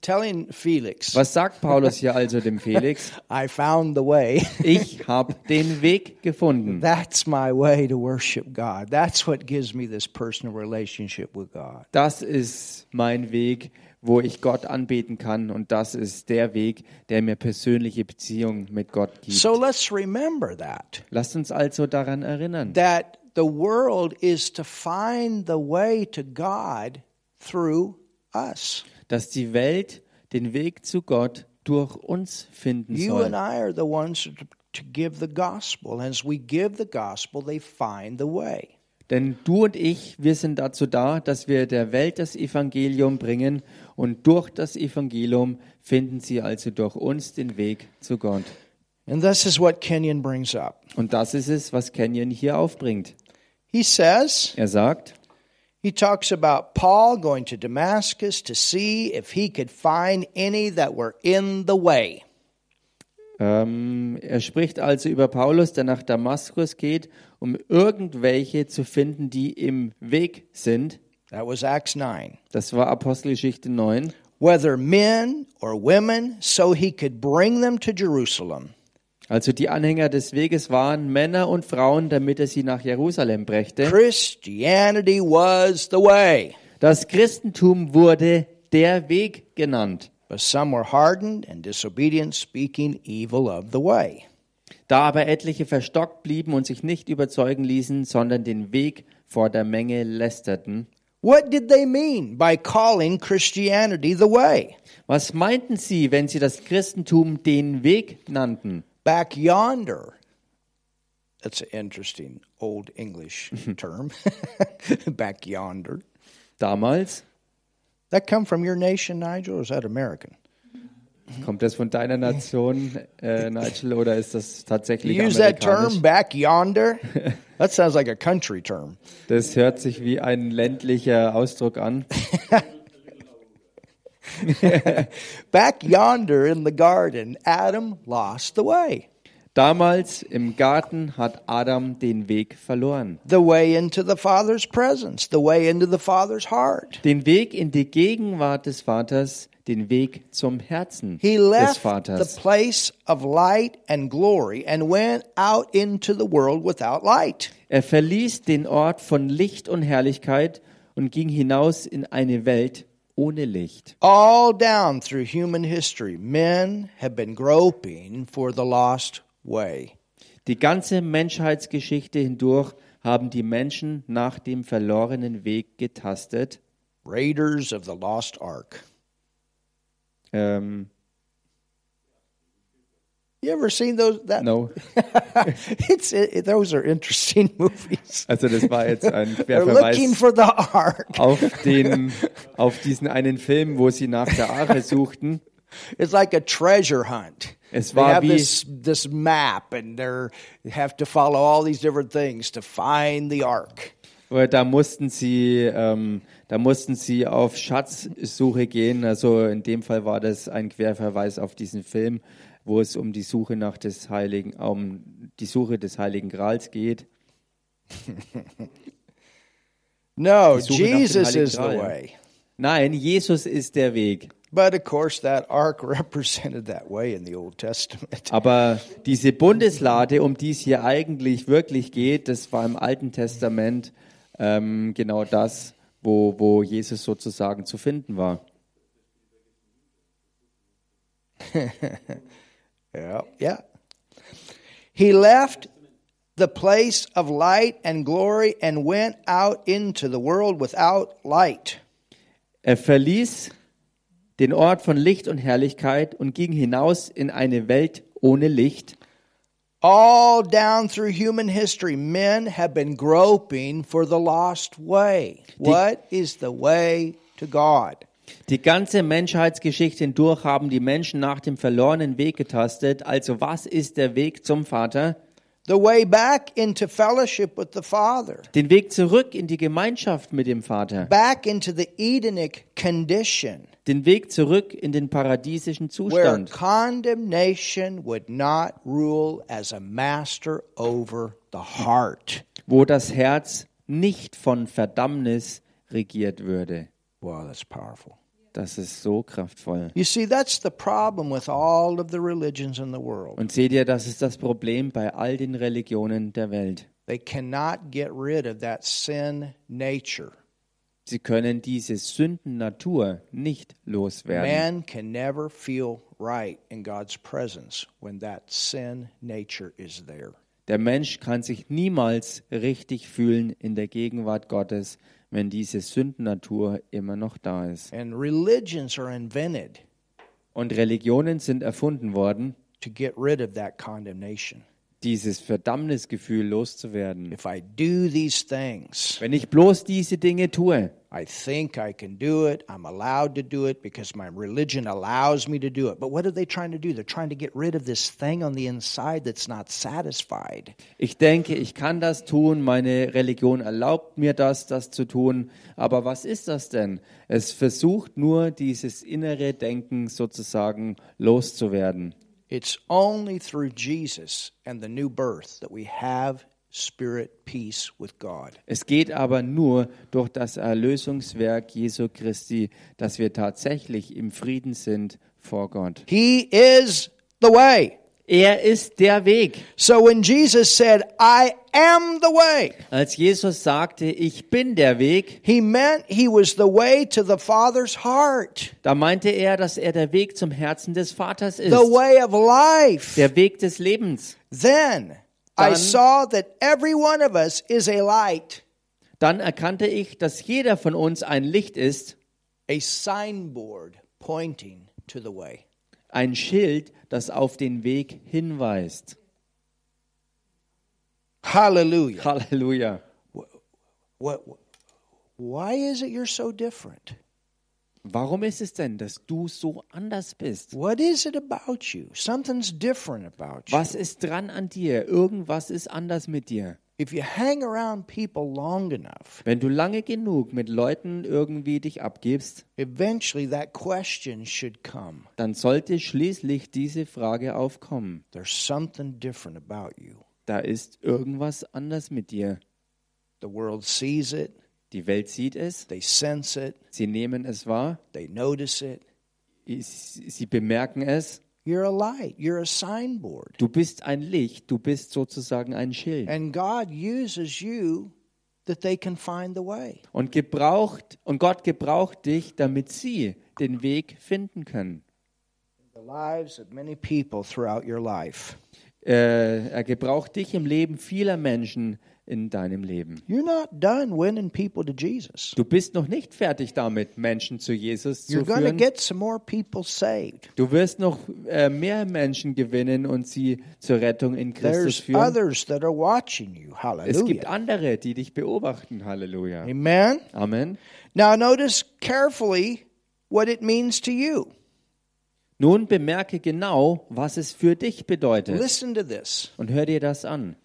Telling Felix,
Was sagt Paulus hier also dem Felix?
I found the way. [LAUGHS]
Ich habe den Weg gefunden.
That's my way to worship God. That's what gives me this personal relationship with God.
Das ist mein Weg, wo ich Gott anbeten kann und das ist der Weg, der mir persönliche Beziehung mit Gott gibt.
So let's remember that.
Lasst uns also daran erinnern.
That the world is to find the way to God through us.
dass die Welt den Weg zu Gott durch uns finden
You and
soll.
I are the ones to, to give the gospel. As we give the gospel, they find the way.
Denn du und ich, wir sind dazu da, dass wir der Welt das Evangelium bringen und durch das Evangelium finden sie also durch uns den Weg zu Gott.
And this is what Kenyon brings up.
Und das ist es, was Kenyon hier aufbringt.
He says,
Er sagt,
he talks about Paul going to Damascus to see if he could find any that were in the way.
ähm, er spricht also über Paulus, der nach Damaskus geht, um irgendwelche zu finden, die im Weg sind.
That was Acts 9.
Das war Apostelgeschichte 9.
Whether men or women, so he could bring them to Jerusalem.
Also die Anhänger des Weges waren Männer und Frauen, damit er sie nach Jerusalem brächte.
Christianity was the way.
Das Christentum wurde der Weg genannt.
But some were hardened and disobedient, speaking evil of the way.
Da aber etliche verstockt blieben und sich nicht überzeugen ließen, sondern den Weg vor der Menge lästerten.
What did they mean by calling Christianity the way?
Was meinten sie, wenn sie das Christentum den Weg nannten?
Back yonder. That's an interesting old English term. [LAUGHS] Back yonder.
Damals?
That come from your nation, Nigel, or is that American?
Kommt das von deiner Nation, äh, Nigel, oder ist das
You
tatsächlich
use that term
amerikanisch?
back yonder? That sounds like a country term.
Das hört sich wie ein ländlicher Ausdruck an.
Back yonder in the garden, Adam lost the way,
Damals im Garten hat Adam den Weg verloren.
the way into the Father's presence, the way into the Father's heart.
Den Weg in die Gegenwart des Vaters, den Weg zum Herzen
He
des
left the
Vaters.
place of light and glory and went out into the world without light.
Er verließ den Ort von Licht und Herrlichkeit und ging hinaus in eine Welt ohne Licht.
All down through human history, men have been groping for the lost way.
Die ganze Menschheitsgeschichte hindurch haben die Menschen nach dem verlorenen Weg getastet.
Raiders of the lost ark.
Ähm,
You ever seen those? That
no.
[LAUGHS] it's it, those are interesting [LAUGHS] movies.
Also das war
[LAUGHS]
jetzt ein
They're looking
Querverweis
for the ark.
auf, den, auf diesen einen Film, wo sie nach der Aare suchten.
It's like a treasure hunt.
Es
they
war
have
wie-
this this map, and they're, they have to follow all these different things to find the ark.
Weil Da mussten sie, ähm, da mussten sie auf Schatzsuche gehen. Also in dem Fall war das ein Querverweis auf diesen Film, wo es um die Suche nach des heiligen, um die Suche des heiligen Grals geht.
No,
Die Suche nach dem
Jesus
Heiligen
is the
Gral.
way.
Nein, Jesus ist der Weg.
But of course, that ark [LAUGHS] represented that way in the Old
Uh.
Testament.
Aber diese Bundeslade, um die es hier eigentlich wirklich geht, das war im Alten Testament ähm, genau das, wo, wo Jesus sozusagen zu finden war.
Yeah, yeah. He left the place of light and glory and went out into the world without light.
Er verließ den Ort von Licht und Herrlichkeit und ging hinaus in eine Welt ohne Licht.
All down through human history, men have been groping for the lost way. What is the way to God?
Die ganze Menschheitsgeschichte hindurch haben die Menschen nach dem verlorenen Weg getastet. Also was ist der Weg zum Vater?
The way back into fellowship with the Father,
Den Weg zurück in die Gemeinschaft mit dem Vater.
back into the Edenic condition
Den Weg zurück in den paradiesischen
where
Zustand,
condemnation would not rule as a master over the heart.
wo das Herz nicht von Verdammnis regiert würde.
Wow, that's powerful.
Das ist so kraftvoll.
You see, that's the problem with all of the religions in the world.
Und seht ihr, das ist das Problem bei all den Religionen der Welt.
They cannot get rid of that sin nature.
Sie können diese Sündennatur nicht loswerden.
Man can never feel right in God's presence when that sin nature is there.
Der Mensch kann sich niemals richtig fühlen in der Gegenwart Gottes, wenn diese Sündennatur immer noch da ist.
And religions are invented
Und Religionen sind erfunden worden,
to get rid of that condemnation.
dieses Verdammnisgefühl loszuwerden.
If I do these things,
Wenn ich bloß diese Dinge tue,
I think I can do it. I'm allowed to do it because my religion allows me to do it. But what are they trying to do? They're trying to get rid of this thing on the inside that's not satisfied.
ich denke, ich kann das tun, meine Religion erlaubt mir das, das zu tun, aber was ist das denn? Es versucht nur, dieses innere Denken sozusagen loszuwerden.
It's only through Jesus and the new birth that we have spirit peace with God.
Es geht aber nur durch das Erlösungswerk Jesu Christi, dass wir tatsächlich im Frieden sind vor Gott.
He is the way.
Er ist der Weg.
So when Jesus said, I am the way,
Als Jesus sagte, ich bin der Weg,
he meant he was the way to the Father's heart,
da meinte er, dass er der Weg zum Herzen des Vaters ist.
the way of life.
Der Weg des Lebens.
Then I
Dann-
saw that every one of us is a light,
Dann erkannte ich, dass jeder von uns ein Licht ist,
a signboard pointing to the way.
ein Schild, das auf den Weg hinweist.
Hallelujah.
Halleluja.
What, why is it you're so different?
Warum ist es denn, dass du so anders bist?
What is it about you? Something's different about you.
Was ist dran an dir? Irgendwas ist anders mit dir.
If you hang around people long enough,
Wenn du lange genug mit Leuten irgendwie dich abgibst,
eventually that question should come.
dann sollte schließlich diese Frage aufkommen.
There's something different about you.
Da ist irgendwas anders mit dir.
The world sees it,
Die Welt sieht es,
they sense it,
sie nehmen es wahr,
they notice it.
sie sie bemerken es.
You're a light, you're a signboard.
Du bist ein Licht, du bist sozusagen ein Schild.
And God uses you that they can find the way.
Und gebraucht und Gott gebraucht dich, damit sie den Weg finden können.
The lives of many people throughout your life.
Äh, er gebraucht dich im Leben vieler Menschen in deinem Leben.
You're not done winning people to Jesus.
Du bist noch nicht fertig damit, Menschen zu Jesus
You're
zu
going to
führen.
get some more people saved.
Du wirst noch äh, mehr Menschen gewinnen und sie zur Rettung in Christus
There's
führen.
others that are watching you.
Es gibt
Hallelujah.
andere, die dich beobachten. Halleluja.
Amen.
Amen.
Now notice carefully what it means to you.
Nun bemerke genau, was es für dich bedeutet
Listen to this.
und hör dir das an.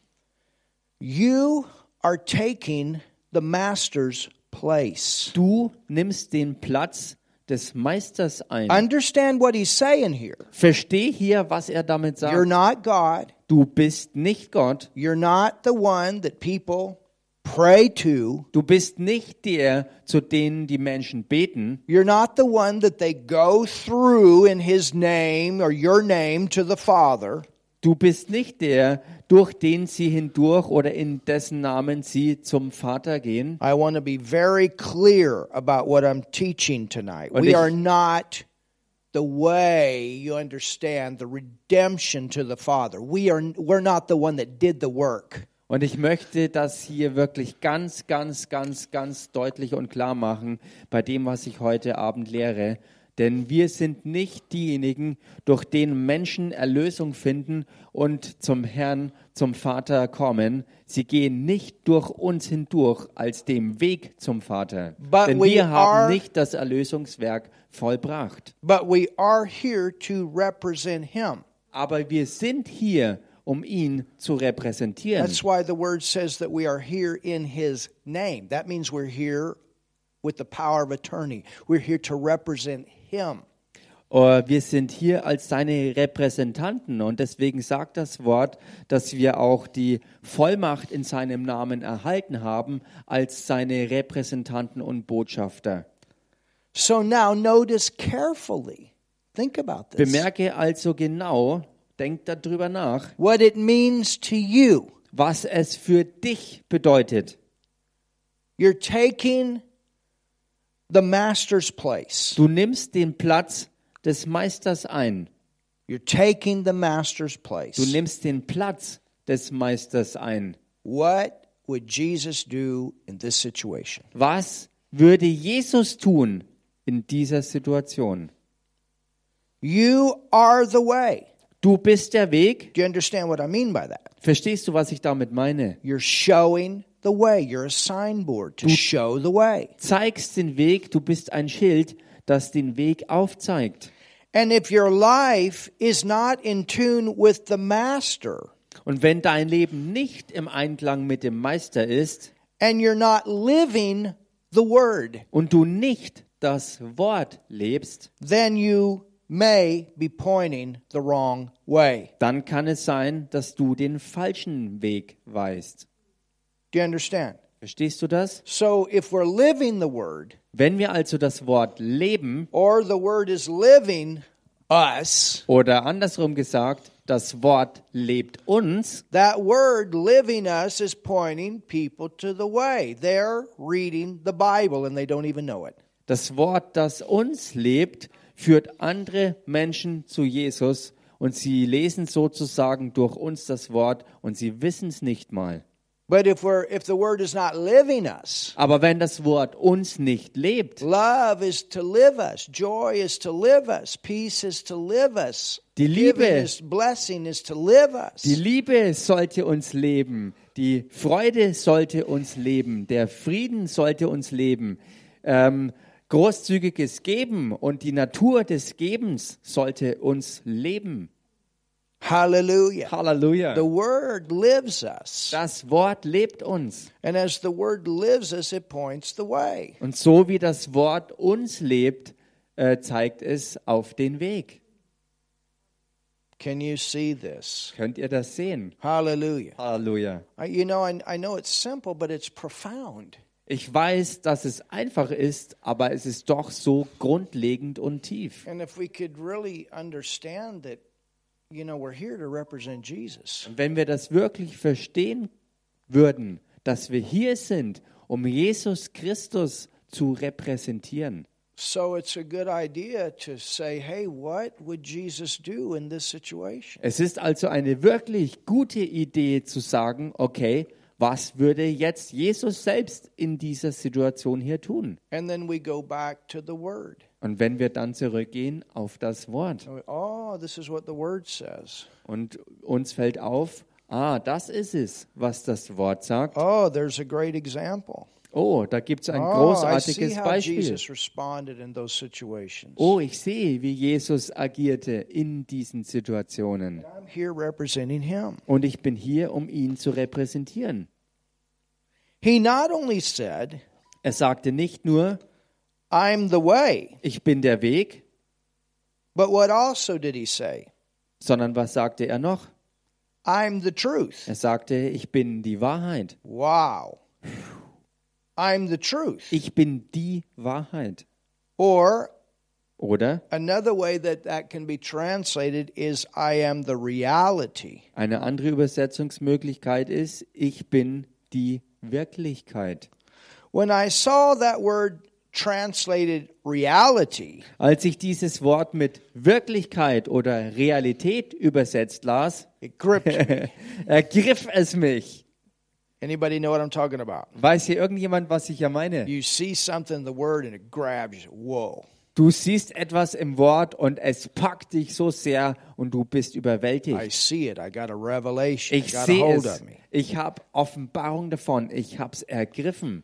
You are taking the master's place.
Du nimmst den Platz des Meisters ein.
Understand what he's saying here.
Versteh hier, was er damit
You're
sagt.
not God.
Du bist nicht Gott.
You're not the one that people pray to.
Du bist nicht der, zu denen die Menschen beten.
You're not the one that they go through in his name or your name to the Father.
Du bist nicht der, durch den sie hindurch oder in dessen Namen sie zum Vater gehen.
I want to be very clear about what I'm teaching tonight.
Und
We
ich-
are not the way you understand the redemption to the Father. We are we're not the one that did the work.
Und ich möchte das hier wirklich ganz, ganz, ganz, ganz deutlich und klar machen bei dem, was ich heute Abend lehre. Denn wir sind nicht diejenigen, durch den Menschen Erlösung finden und zum Herrn, zum Vater kommen. Sie gehen nicht durch uns hindurch als dem Weg zum Vater.
But
Denn
we
wir
are-
haben nicht das Erlösungswerk vollbracht.
But we are here to represent him.
Aber wir sind hier, um ihn zu repräsentieren.
That's why the word says that we are here in his name. That means we're here with the power of attorney. We're here to represent him.
Äh, Wir sind hier als seine Repräsentanten und deswegen sagt das Wort, dass wir auch die Vollmacht in seinem Namen erhalten haben als seine Repräsentanten und Botschafter.
So now notice carefully. Think about this.
Bemerke also genau, denk darüber nach,
what it means to you.
was es für dich bedeutet.
You're taking the master's place.
Du nimmst den Platz des Meisters ein.
You're taking the master's
Du
place.
nimmst den Platz des Meisters ein.
What would Jesus do in this situation?
Was würde Jesus tun in dieser Situation?
You are the way.
Du bist der Weg,
Do you understand what I mean by that?
Verstehst du, was ich damit meine?
You're showing the way. You're a signboard to show the way.
Zeigst den Weg, du bist ein Schild, das den Weg aufzeigt.
And if your life is not in tune with the master
Und wenn dein Leben nicht im Einklang mit dem Meister ist
and you're not living the word,
und du nicht das Wort lebst,
then you may be pointing the wrong way.
dann kann es sein, dass du den falschen Weg weißt.
Do you understand?
Verstehst du das?
So if we're living the word
Wenn wir also das Wort leben
or the word is living us,
oder andersrum gesagt, das Wort lebt uns,
that word living us is pointing people to the way. They're reading the Bible and they don't even know it.
Das Wort, das uns lebt, führt andere Menschen zu Jesus und sie lesen sozusagen durch uns das Wort und sie wissen es nicht mal.
But if we're if the word is not living us,
Aber wenn das Wort uns nicht lebt,
love is to live us, joy is to live us, peace is to live us,
Die Liebe-
giving is blessing is to live us.
die Liebe sollte uns leben, die Freude sollte uns leben, der Frieden sollte uns leben, ähm, großzügiges Geben und die Natur des Gebens sollte uns leben.
Hallelujah. The
Halleluja.
word lives us.
Das Wort lebt uns.
And as the word lives us, it points the way.
Und so wie das Wort uns lebt, äh, zeigt es auf den Weg.
Can you see this?
Könnt ihr das sehen?
Hallelujah.
Halleluja.
I- You know, I, I know it's simple, but it's profound.
Ich weiß, dass es einfach ist, aber es ist doch so grundlegend und tief.
And if we could really understand that, you know, we're here to represent Jesus.
Und wenn wir das wirklich verstehen würden, dass wir hier sind, um Jesus Christus zu repräsentieren.
So it's a good idea to say, hey, what would Jesus do in this situation?
Es ist also eine wirklich gute Idee zu sagen, okay, was würde jetzt Jesus selbst in dieser Situation hier tun?
And then we go back to the Word.
Und wenn wir dann zurückgehen auf das Wort
And we- Oh, this is what the Word says.
und uns fällt auf, ah, das ist es, was das Wort sagt.
Oh, there's a great example.
Oh, da gibt es ein
Oh, I see
großartiges
how
Beispiel.
Jesus responded in those situations.
Oh, ich sehe, wie Jesus agierte in diesen Situationen.
I'm here representing him.
Und ich bin hier, um ihn zu repräsentieren.
He not only said,
Er sagte nicht nur,
I'm the way,
ich bin der Weg,
but what also did he say?
sondern was sagte er noch?
I'm the truth.
Er sagte, ich bin die Wahrheit.
Wow. I'm the truth.
Ich bin die Wahrheit.
Or
Oder
another way that that can be translated is I am the reality.
eine andere Übersetzungsmöglichkeit ist, ich bin die Wirklichkeit.
When I saw that word translated reality,
Als ich dieses Wort mit Wirklichkeit oder Realität übersetzt las, [LAUGHS]
it gripped me.
ergriff es mich.
Anybody know what I'm talking about?
Weiß hier irgendjemand, was ich ja meine?
You see something in the word and it grabs you. Whoa.
Du siehst etwas im Wort und es packt dich so sehr und du bist
I
überwältigt.
see it. I got a revelation. it
Ich
got a
sehe
hold
es.
of me.
Ich habe Offenbarung davon. Ich habe es ergriffen.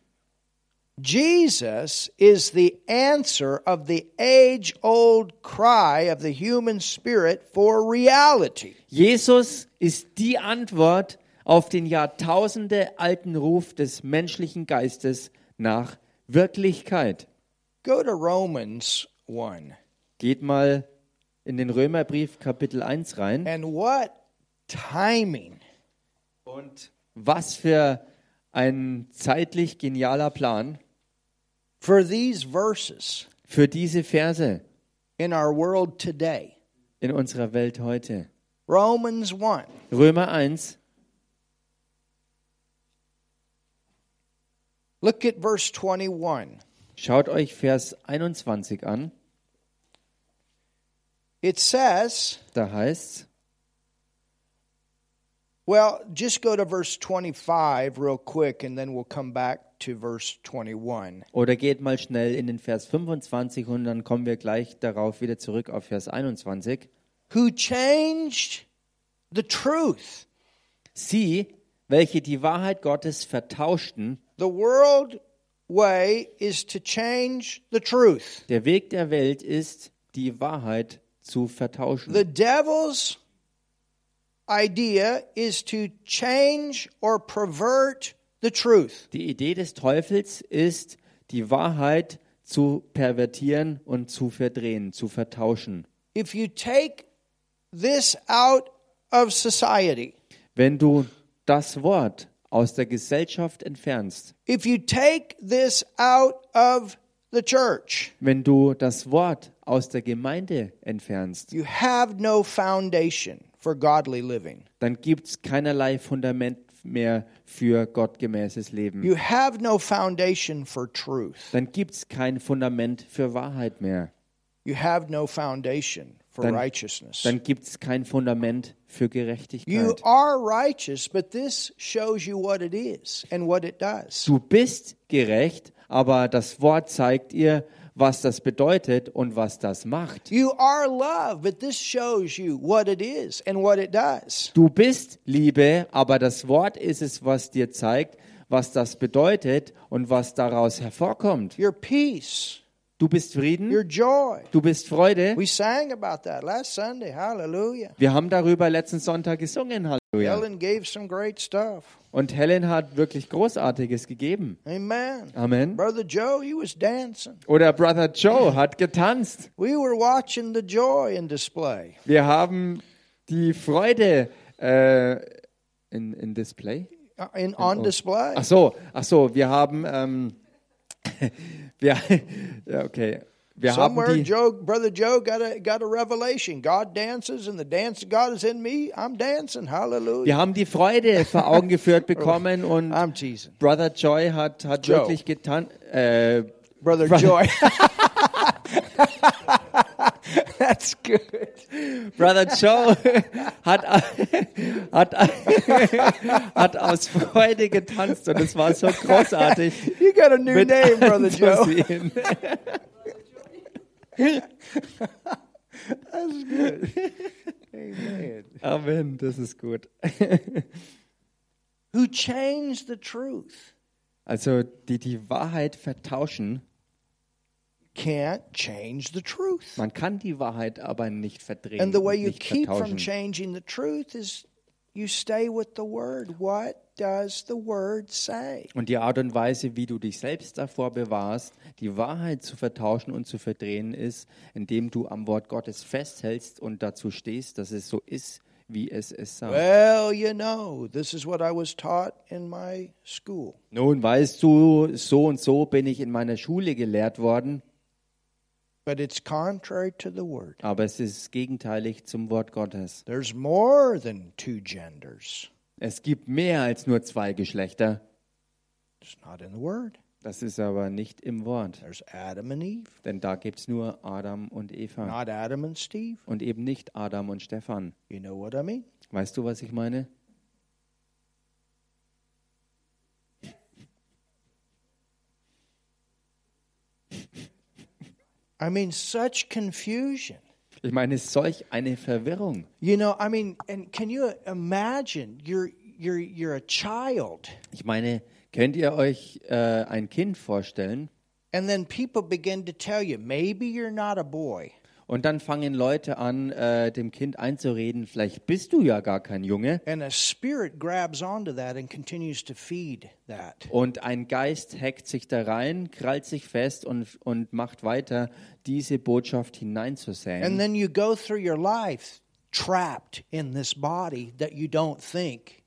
Jesus is the answer of the age old cry of the human spirit for reality.
Jesus ist die Antwort auf den Jahrtausende alten Ruf des menschlichen Geistes nach Wirklichkeit.
Go to Romans 1.
Geht mal in den Römerbrief Kapitel 1 rein.
And what timing.
Und was für ein zeitlich genialer Plan
for these verses
für diese Verse
in our world today.
in unserer Welt heute.
Romans 1.
Römer 1,
Look at verse 21.
schaut euch Vers 21 an.
It says,
Da heißt's,
well, just go to verse 25 real quick and then we'll come back to verse 21.
oder geht mal schnell in den Vers 25 und dann kommen wir gleich darauf wieder zurück auf Vers 21.
Who changed the truth,
Sie, welche die Wahrheit Gottes vertauschten,
the world way is to change the truth.
der Weg der Welt ist, die Wahrheit zu vertauschen.
The devil's idea is to change or pervert the truth.
Die Idee des Teufels ist, die Wahrheit zu pervertieren und zu verdrehen, zu vertauschen.
if you take this out of society,
Wenn du das Wort aus der Gesellschaft entfernst,
if you take this out of the church,
wenn du das Wort aus der Gemeinde entfernst,
you have no foundation for godly living.
dann gibt es keinerlei Fundament mehr für gottgemäßes Leben.
You have no foundation for truth.
Dann gibt es kein Fundament für Wahrheit mehr.
You have no foundation for
Dann-
righteousness.
Dann gibt es kein Fundament für
you
Gerechtigkeit.
are righteous, but this shows you what it is and what it does.
Du bist gerecht, aber das Wort zeigt ihr, was das bedeutet und was das macht.
You are love, but this shows you what it is and what it does.
Du bist Liebe, aber das Wort ist es, was dir zeigt, was das bedeutet und was daraus hervorkommt.
Your peace,
Du bist Frieden,
your joy,
du bist Freude.
We sang about that last Sunday. Hallelujah.
Wir haben darüber letzten Sonntag gesungen, Halleluja.
Ellen gave some great stuff.
Und Helen hat wirklich Großartiges gegeben.
Amen.
Amen.
Brother Joe, he was dancing.
Oder Brother Joe hat getanzt.
We were watching the joy in display.
Wir haben die Freude äh, in, in Display.
uh, In, on display.
[LAUGHS] Ach so, ach so, wir haben, ähm, wir, ja, okay, Wir haben
Somewhere,
die,
Joe, Brother Joe got a, got a revelation. God dances, and the dance of God is in me. I'm dancing. Hallelujah.
wir haben die Freude vor Augen geführt
[LAUGHS]
bekommen und
I'm teasing.
Brother Joy hat, hat
Joe.
wirklich getan. Äh,
Brother Joy. [LAUGHS] That's good.
Brother Joe hat, hat, hat aus Freude getanzt und es war so großartig.
You got a new
mit [LAUGHS]
name, Brother Joe.
anzusehen.
That's good. Amen.
Amen, das ist gut.
Who changed the truth
Also die die Wahrheit vertauschen.
can't change the truth.
Man kann die Wahrheit aber nicht verdrehen.
And the way
und
you
nicht
keep from
vertauschen.
changing the truth is you stay with the word. What does the word say?
Und die Art und Weise, wie du dich selbst davor bewahrst, die Wahrheit zu vertauschen und zu verdrehen, ist, indem du am Wort Gottes festhältst und dazu stehst, dass es so ist, wie es es sagt.
Well, you know, this is what I was taught in my school.
Nun weißt du, so und so bin ich in meiner Schule gelehrt worden,
But it's contrary to the word.
aber es ist gegenteilig zum Wort Gottes.
There's more than two genders.
Es gibt mehr als nur zwei Geschlechter.
It's not in the word.
Das ist aber nicht im Wort,
There's Adam and Eve,
denn da gibt es nur Adam und Eva
not Adam and Steve.
und eben nicht Adam und Stefan.
You know what I mean?
Weißt du, was ich meine?
I mean, such confusion.
Ich meine, solch eine Verwirrung.
You know, I mean, and can you imagine? You're you're you're a child,
Ich meine, könnt ihr euch äh, ein Kind vorstellen?
and then people begin to tell you maybe you're not a boy.
Und dann fangen Leute an, äh, dem Kind einzureden, vielleicht bist du ja gar kein Junge.
And a spirit grabs onto that and continues to feed that.
Und ein Geist hackt sich da rein, krallt sich fest und, und macht weiter, diese Botschaft hineinzusäen.
And then you go through your life trapped in this body that you don't think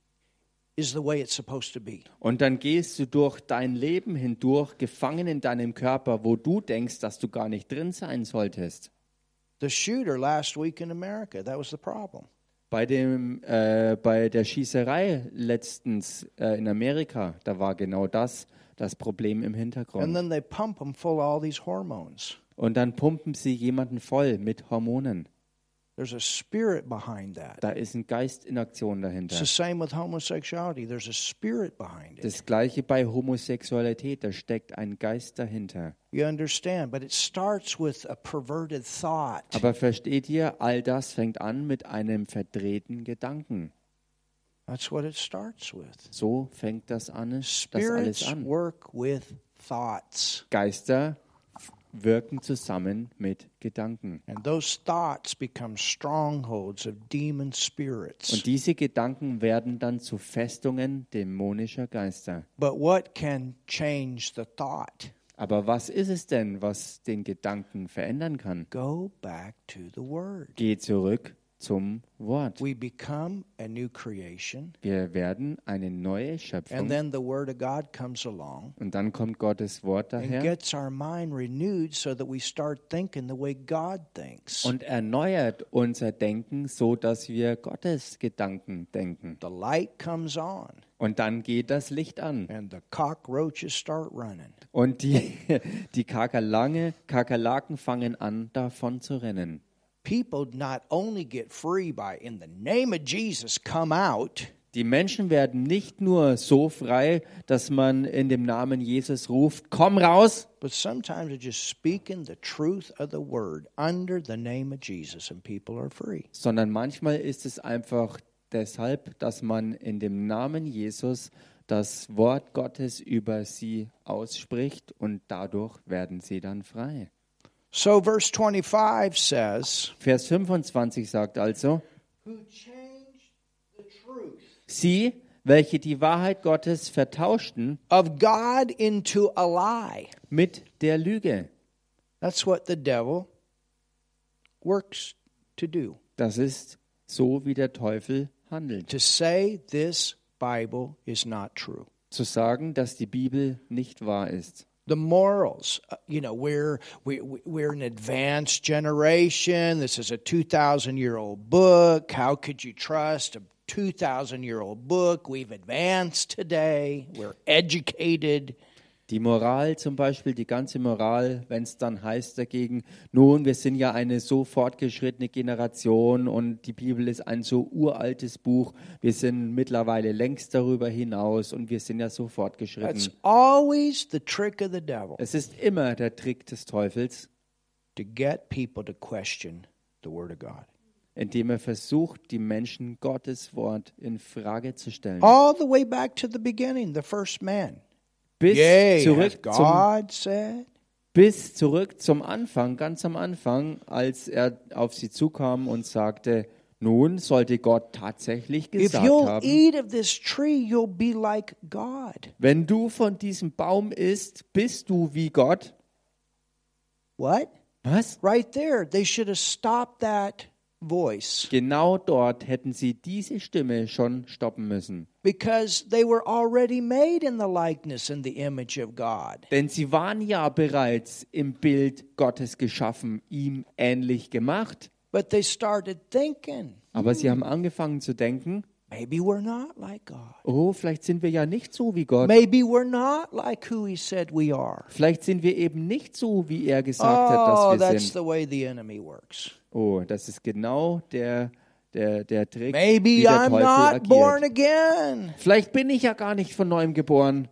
is the way it's supposed to be.
Und dann gehst du durch dein Leben hindurch, gefangen in deinem Körper, wo du denkst, dass du gar nicht drin sein solltest.
The shooter last week in America, that was the problem.
Bei, dem, äh, bei der Schießerei letztens äh, in Amerika, da war genau das das Problem im
And
Hintergrund.
then they pump them full of all these hormones.
Und dann pumpen sie jemanden voll mit Hormonen.
There's a spirit behind that.
Da ist ein Geist in Aktion
It's
dahinter.
the same with homosexuality. There's a spirit behind it.
Das gleiche bei Homosexualität, da steckt ein Geist dahinter.
You understand? But it starts with a perverted thought.
Aber versteht ihr, all das fängt an mit einem verdrehten Gedanken.
That's what it starts with.
So fängt das an, das alles
Spirits
an.
work with thoughts.
Geister wirken zusammen mit Gedanken.
And those thoughts become strongholds of demon spirits.
Und diese Gedanken werden dann zu Festungen dämonischer Geister.
But what can change the thought?
Aber was ist es denn, was den Gedanken verändern kann?
Go back to the Word.
Geh zurück zum Wort.
We become a new creation,
Wir werden eine neue
and
Schöpfung.
then the Word of God comes along
Und dann kommt Gottes Wort
and
daher
gets our mind renewed so that we start thinking the way God thinks.
und erneuert unser Denken, so dass wir Gottes Gedanken denken.
The light comes on,
Und dann geht das Licht an.
and the cockroaches start running.
Und die, [LAUGHS] die Kakerlange, Kakerlaken fangen an, davon zu rennen.
People not only get free by, in the name of Jesus, come out.
Die Menschen werden nicht nur so frei, dass man in dem Namen Jesus ruft, komm raus,
But sometimes it's just speaking the truth of the word under the name of Jesus, and people are free.
sondern manchmal ist es einfach deshalb, dass man in dem Namen Jesus das Wort Gottes über sie ausspricht und dadurch werden sie dann frei.
So, verse 25 says,
Vers 25 sagt also,
Who changed the truth
sie, welche die Wahrheit Gottes vertauschten
of God into a lie?
mit der Lüge.
That's what the devil works to do,
Das ist so, wie der Teufel handelt.
to say this Bible is not true.
zu sagen, dass die Bibel nicht wahr ist.
the morals. Uh, You know, we're we, we- we're an advanced generation. This is a two thousand year old book. How could you trust a two thousand year old book? We've advanced today. We're educated.
Die Moral zum Beispiel, die ganze Moral, wenn es dann heißt dagegen, nun, wir sind ja eine so fortgeschrittene Generation und die Bibel ist ein so uraltes Buch, wir sind mittlerweile längst darüber hinaus und wir sind ja so fortgeschritten.
That's always the trick of the devil
es ist immer der Trick des Teufels,
to get people to question the Word of God.
indem er versucht, die Menschen Gottes Wort in Frage zu stellen.
All the way back to the beginning, the first man.
Bis
Yea, hath
zurück zum
God said.
bis zurück zum Anfang, ganz am Anfang, als er auf sie zukam und sagte, nun sollte Gott tatsächlich
If
gesagt
you'll
haben,
eat of this tree, you'll be like God.
wenn du von diesem Baum isst, bist du wie Gott.
What?
Was?
Right there. They should have stopped that voice
Genau dort hätten sie diese Stimme schon stoppen müssen.
because they were already made in the likeness and the image of God.
Denn sie waren ja bereits im Bild Gottes geschaffen, ihm ähnlich gemacht.
But they started thinking,
Aber sie haben angefangen zu denken,
maybe we're not like God.
oh, vielleicht sind wir ja nicht so wie Gott.
Maybe we're not like who He said we are.
Vielleicht sind wir eben nicht so, wie er
Oh,
gesagt hat, dass wir
that's
sind.
the way the enemy works.
Oh, das ist genau der, der, der Trick, wie
Maybe
der
I'm
Teufel
not
agiert.
born again.
Vielleicht bin ich ja gar nicht von neuem geboren.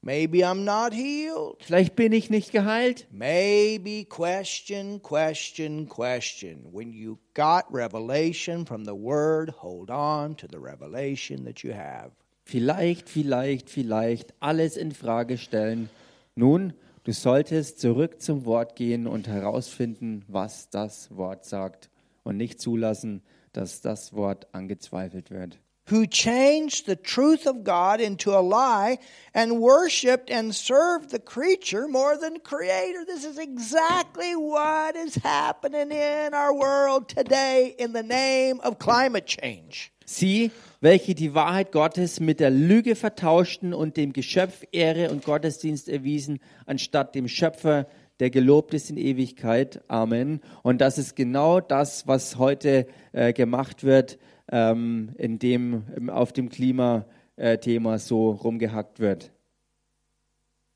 Maybe I'm not healed.
Vielleicht bin ich nicht geheilt.
Maybe question, question, question. When you got revelation from the Word, hold on to the revelation that you have.
Vielleicht, vielleicht, vielleicht alles in Frage stellen. Nun, du solltest zurück zum Wort gehen und herausfinden, was das Wort sagt und nicht zulassen, dass das Wort angezweifelt wird.
Who changed the truth of God into a lie and worshiped and served the creature more than the creator. This is exactly what is happening in our world today in the name of climate change.
Sie, welche die Wahrheit Gottes mit der Lüge vertauschten und dem Geschöpf Ehre und Gottesdienst erwiesen, anstatt dem Schöpfer, der gelobt ist in Ewigkeit. Amen. Und das ist genau das, was heute äh, gemacht wird, ähm, in dem, ähm, auf dem Klimathema äh, Thema so rumgehackt wird.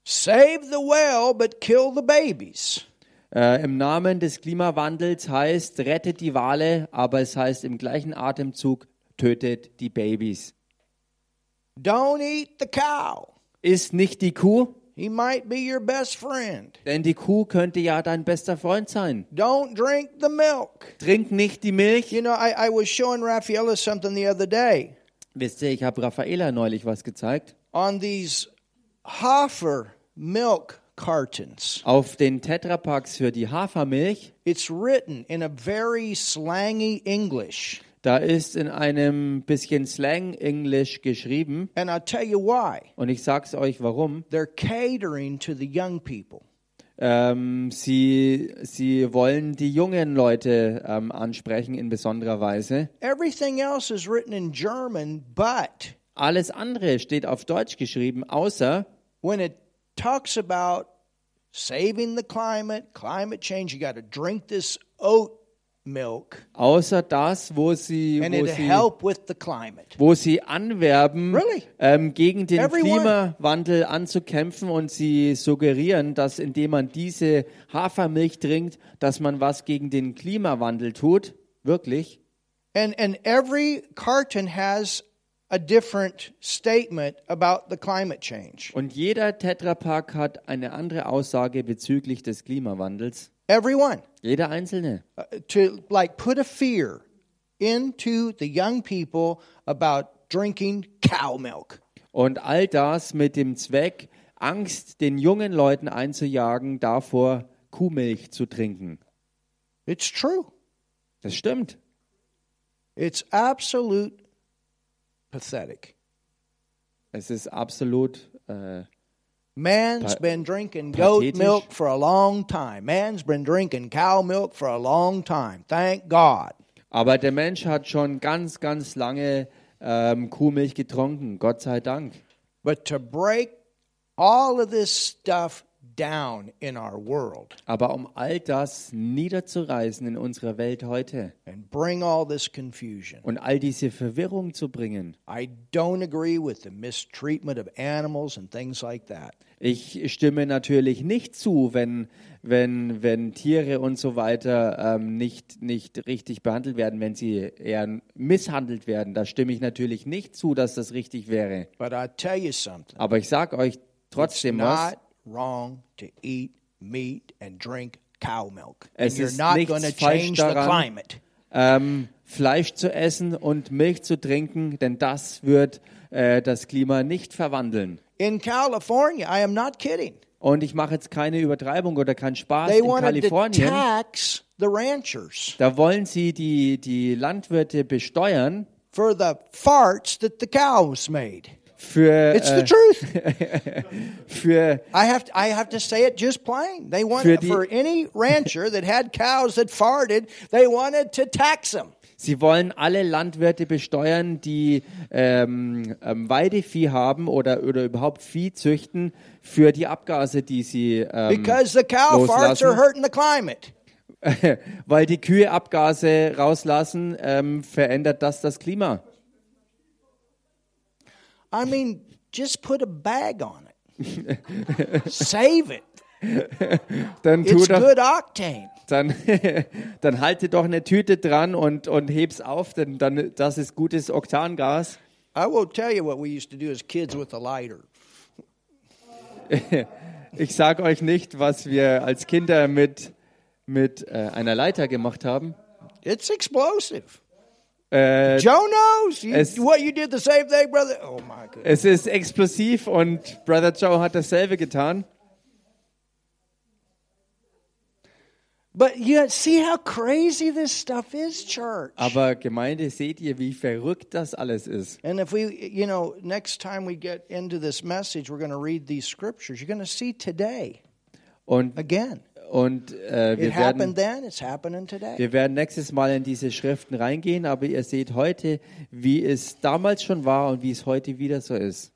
Save the well, but kill the babies.
Äh, Im Namen des Klimawandels heißt, rettet die Wale, aber es heißt im gleichen Atemzug, tötet die Babys.
Don't eat the cow.
Ist nicht die Kuh?
He might be your best friend.
Denn die Kuh könnte ja dein bester Freund sein.
Don't drink the milk.
Trink nicht die Milch.
You know, I, I was showing Raffaella something the other day
Wisst ihr, ich habe Raffaela neulich was gezeigt.
on these Hoffer milk cartons.
Auf den Tetrapacks für die Hafermilch,
It's written in a very slangy English.
da ist in einem bisschen Slang-Englisch geschrieben.
And I'll tell you why.
Und ich sag's euch warum.
They're catering to the young people.
Ähm, sie, sie wollen die jungen Leute ähm, ansprechen in besonderer Weise.
Everything else is written in German, but
Alles andere steht auf Deutsch geschrieben, außer
when it talks about saving the climate, climate change, you got to drink this oat milk
außer das, wo sie,
and
wo
it'll
sie
help with the climate.
wo sie anwerben,
Really?
ähm, gegen den
Everyone.
Klimawandel anzukämpfen und sie suggerieren, dass indem man diese Hafermilch trinkt, dass man was gegen den Klimawandel tut. Wirklich?
And and every carton has a different statement about the climate change.
Und jeder Tetrapack hat eine andere Aussage bezüglich des Klimawandels.
Everyone
Jeder einzelne.
uh, to like put a fear into the young people about drinking cow milk.
Und all das mit dem Zweck, Angst den jungen Leuten einzujagen, davor Kuhmilch zu trinken.
It's true.
Das stimmt.
It's absolute pathetic.
Es ist absolut. Äh,
Man's
Pa-
been drinking goat
pathetisch.
milk for a long time. Man's been drinking cow milk for a long time. Thank God.
Aber der Mensch hat schon ganz, ganz lange ähm, Kuhmilch getrunken, Gott sei Dank.
But to break all of this stuff down in our world
Aber um all das niederzureißen in unserer Welt heute
and bring all this confusion.
und all diese Verwirrung zu bringen.
I don't agree with the mistreatment of animals and things like that.
Ich stimme natürlich nicht zu, wenn, wenn, wenn Tiere und so weiter ähm, nicht, nicht richtig behandelt werden, wenn sie eher misshandelt werden. Da stimme ich natürlich nicht zu, dass das richtig wäre.
But I tell you something.
Aber ich sage euch
It's
trotzdem was.
not wrong to eat meat and drink cow milk.
Es
and you're
ist
not
nichts
going to
falsch
change the
daran.
climate.
Ähm, Fleisch zu essen und Milch zu trinken, denn das wird äh, das Klima nicht verwandeln.
In California, I am not kidding.
Und ich mache jetzt keine Übertreibung oder keinen Spaß.
They
In
wanted to
Kalifornien,
tax the ranchers
da wollen sie die, die Landwirte besteuern
for the farts that the cows made.
für,
It's the
äh,
truth.
für
I have to, I have to say it just plain. They want
Für
for,
die-
any rancher that had cows that farted, they wanted to tax them.
Sie wollen alle Landwirte besteuern, die ähm, ähm, Weidevieh haben oder, oder überhaupt Vieh züchten für die Abgase, die sie ähm,
Because the cow farts are
loslassen,
hurting the climate.
[LAUGHS] weil die Kühe Abgase rauslassen, ähm, verändert das das Klima.
I mean, just put a bag on it. Save it.
Dann tu
It's
doch,
good octane.
dann, [LAUGHS] dann halte doch eine Tüte dran und, und heb's auf, denn dann das ist gutes Oktangas.
I will tell you what we used to do as kids with a lighter.
Ich sag euch nicht, was wir als Kinder mit mit äh, einer Leiter gemacht haben.
It's explosive.
Äh,
Joe knows you,
Es-
what you did the same thing, brother. Oh my goodness.
Es ist explosiv und Brother Joe hat dasselbe getan.
But you see how crazy this stuff is, church.
Aber Gemeinde, seht ihr, wie verrückt das alles ist?
And if we, you know, next time we get into this message, we're going to read these scriptures. You're going to see today
Und,
again.
und äh,
It
wir,
happened
werden,
then, it's happening today.
wir werden nächstes Mal in diese Schriften reingehen, aber ihr seht heute, wie es damals schon war und wie es heute wieder so ist.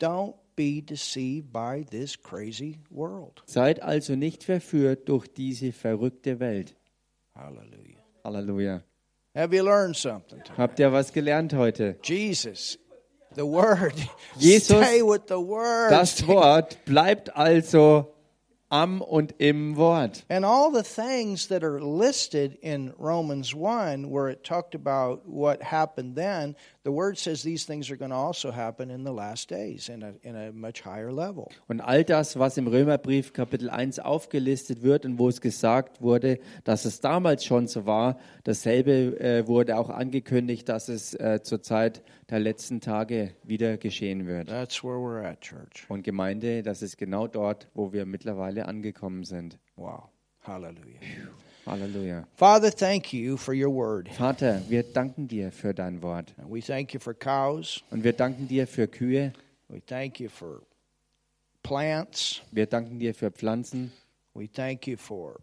Don't be deceived by this crazy world.
Seid also nicht verführt durch diese verrückte Welt.
Hallelujah.
Halleluja.
Have you learned something?
Habt ihr was gelernt heute?
Jesus, the Word. [LAUGHS]
Jesus,
Stay with the Word.
Das Wort bleibt also am und im Wort.
And all the things that are listed in Romans 1, where it talked about what happened then, the word says these things are going to also happen in the last days in a, in a much higher level.
Und all das, was im Römerbrief Kapitel 1 aufgelistet wird und wo es gesagt wurde, dass es damals schon so war, dasselbe äh, wurde auch angekündigt, dass es äh, zur Zeit der letzten Tage wieder geschehen wird.
That's where we're at, church.
Und Gemeinde, das ist genau dort, wo wir mittlerweile angekommen sind.
Wow. Hallelujah.
Halleluja.
Father, thank you for your word.
Vater, wir danken dir für dein Wort.
And We thank you for cows.
Und wir danken dir für Kühe,
We thank you for plants.
wir danken dir für Pflanzen,
We thank you for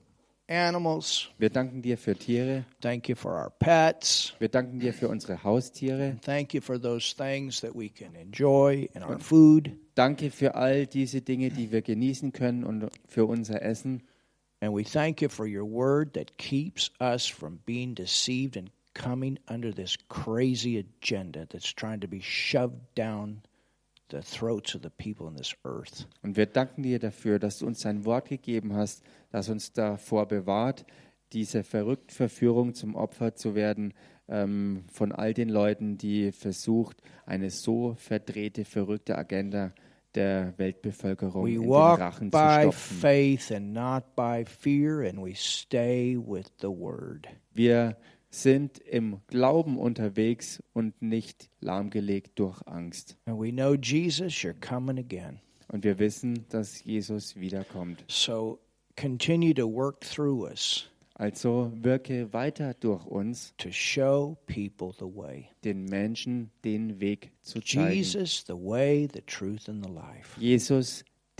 animals.
wir danken dir für Tiere,
Thank you for our pets.
wir danken dir für unsere Haustiere.
Thank you for those things that we can enjoy in our food.
Danke für all diese Dinge, die wir genießen können und für unser Essen.
And we thank you for your word that keeps us from being deceived and coming under this crazy agenda that's trying to be shoved down the throats of the people in this earth.
Und wir danken dir dafür, dass du uns dein Wort gegeben hast, das uns davor bewahrt, dieser verrückten Verführung zum Opfer zu werden ähm, von all den Leuten, die versucht, eine so verdrehte, verrückte Agenda der Weltbevölkerung
We
in den
walk
Rachen zu
by
stopfen.
faith and not by fear, and we stay with the word.
Wir sind im Glauben unterwegs und nicht lahmgelegt durch Angst.
And we know, Jesus, you're coming again.
Und wir wissen, dass Jesus wiederkommt.
So continue to work through us
Also wirke weiter durch uns,
to show people the way.
den Menschen den Weg zu zeigen. Jesus,
Jesus, the way, the truth, and the life.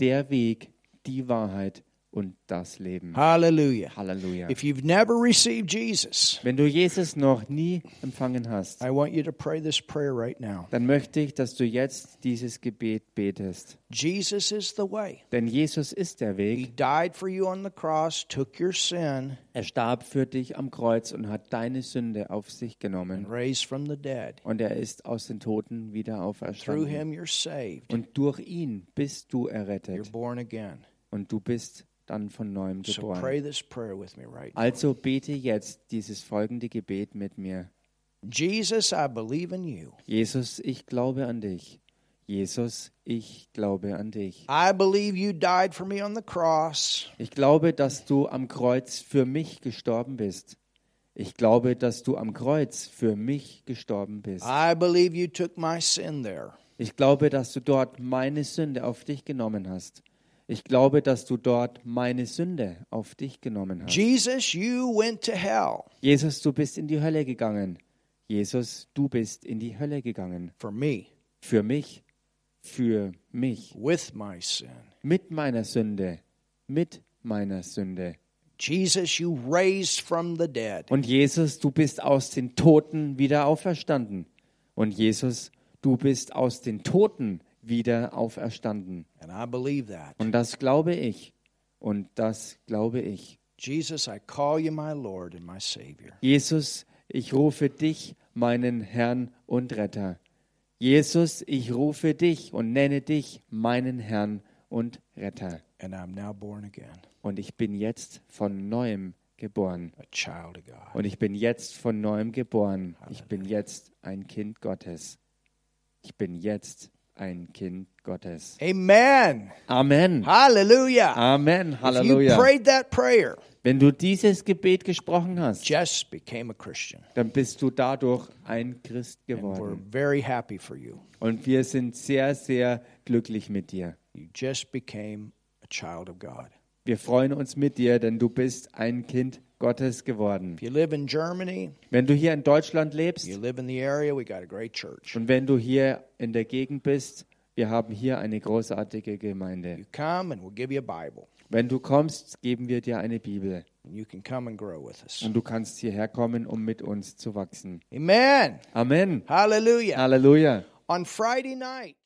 der Weg, die Wahrheit und das Leben.
Hallelujah.
Halleluja.
If you've never received Jesus,
Wenn du Jesus noch nie empfangen hast,
I want you to pray this prayer right now.
dann möchte ich, dass du jetzt dieses Gebet betest.
Jesus is the way.
Denn Jesus ist der
He
Weg.
died for you on the cross, took your sin,
Er starb für dich am Kreuz und hat deine Sünde auf sich
and
genommen.
raised from the dead.
Und er ist aus den Toten wieder
Through
auferstanden.
him, you're saved.
Und durch ihn bist du
You're
errettet.
born again.
Und du bist dann von neuem
So pray
geboren.
this prayer with me right now.
Also bete jetzt dieses folgende Gebet mit mir.
Jesus, I believe in you.
Jesus, ich glaube an dich. Jesus, ich glaube an dich.
I believe you died for me on the cross.
Ich glaube, dass du am Kreuz für mich gestorben bist. Ich glaube, dass du am Kreuz für mich gestorben bist.
I believe you took my sin there.
Ich glaube, dass du dort meine Sünde auf dich genommen hast. Ich glaube, dass du dort meine Sünde auf dich genommen hast.
Jesus, you went to hell
Jesus, du bist in die Hölle gegangen. Jesus, du bist in die Hölle gegangen.
for me
Für mich, für mich,
with my sin.
mit meiner Sünde, mit meiner Sünde.
Jesus, you raised from the dead.
Und Jesus, du bist aus den Toten wieder auferstanden. Und Jesus, du bist aus den Toten wieder auferstanden.
And I believe that.
Und das glaube ich. Und das glaube ich.
Jesus, I call you my Lord and my Savior.
Jesus, ich rufe dich, meinen Herrn und Retter. Jesus, ich rufe dich und nenne dich meinen Herrn und Retter.
And I'm now born again,
Und ich bin jetzt von neuem geboren.
a child of God.
Und ich bin jetzt von neuem geboren. Ich bin jetzt ein Kind Gottes. Ich bin jetzt ein Kind Gottes.
Amen.
Amen.
Hallelujah.
Uh, Amen.
If you
Halleluja.
prayed that prayer,
Wenn du dieses Gebet gesprochen hast,
just became a Christian.
dann bist du dadurch ein Christ
And we're
geworden.
very happy for you.
Und wir sind sehr, sehr glücklich mit dir.
You just became a child of God.
Wir freuen uns mit dir, denn du bist ein Kind Gottes geworden.
If you live in Germany,
Wenn du hier in Deutschland lebst
you live in the area, we got a great church.
und wenn du hier in der Gegend bist, wir haben hier eine großartige Gemeinde.
You come and we'll give you a Bible.
Wenn du kommst, geben wir dir eine Bibel
And you can come and grow with us.
und du kannst hierher kommen, um mit uns zu wachsen.
Amen.
Amen.
Hallelujah.
Uh, Halleluja.
On Friday night,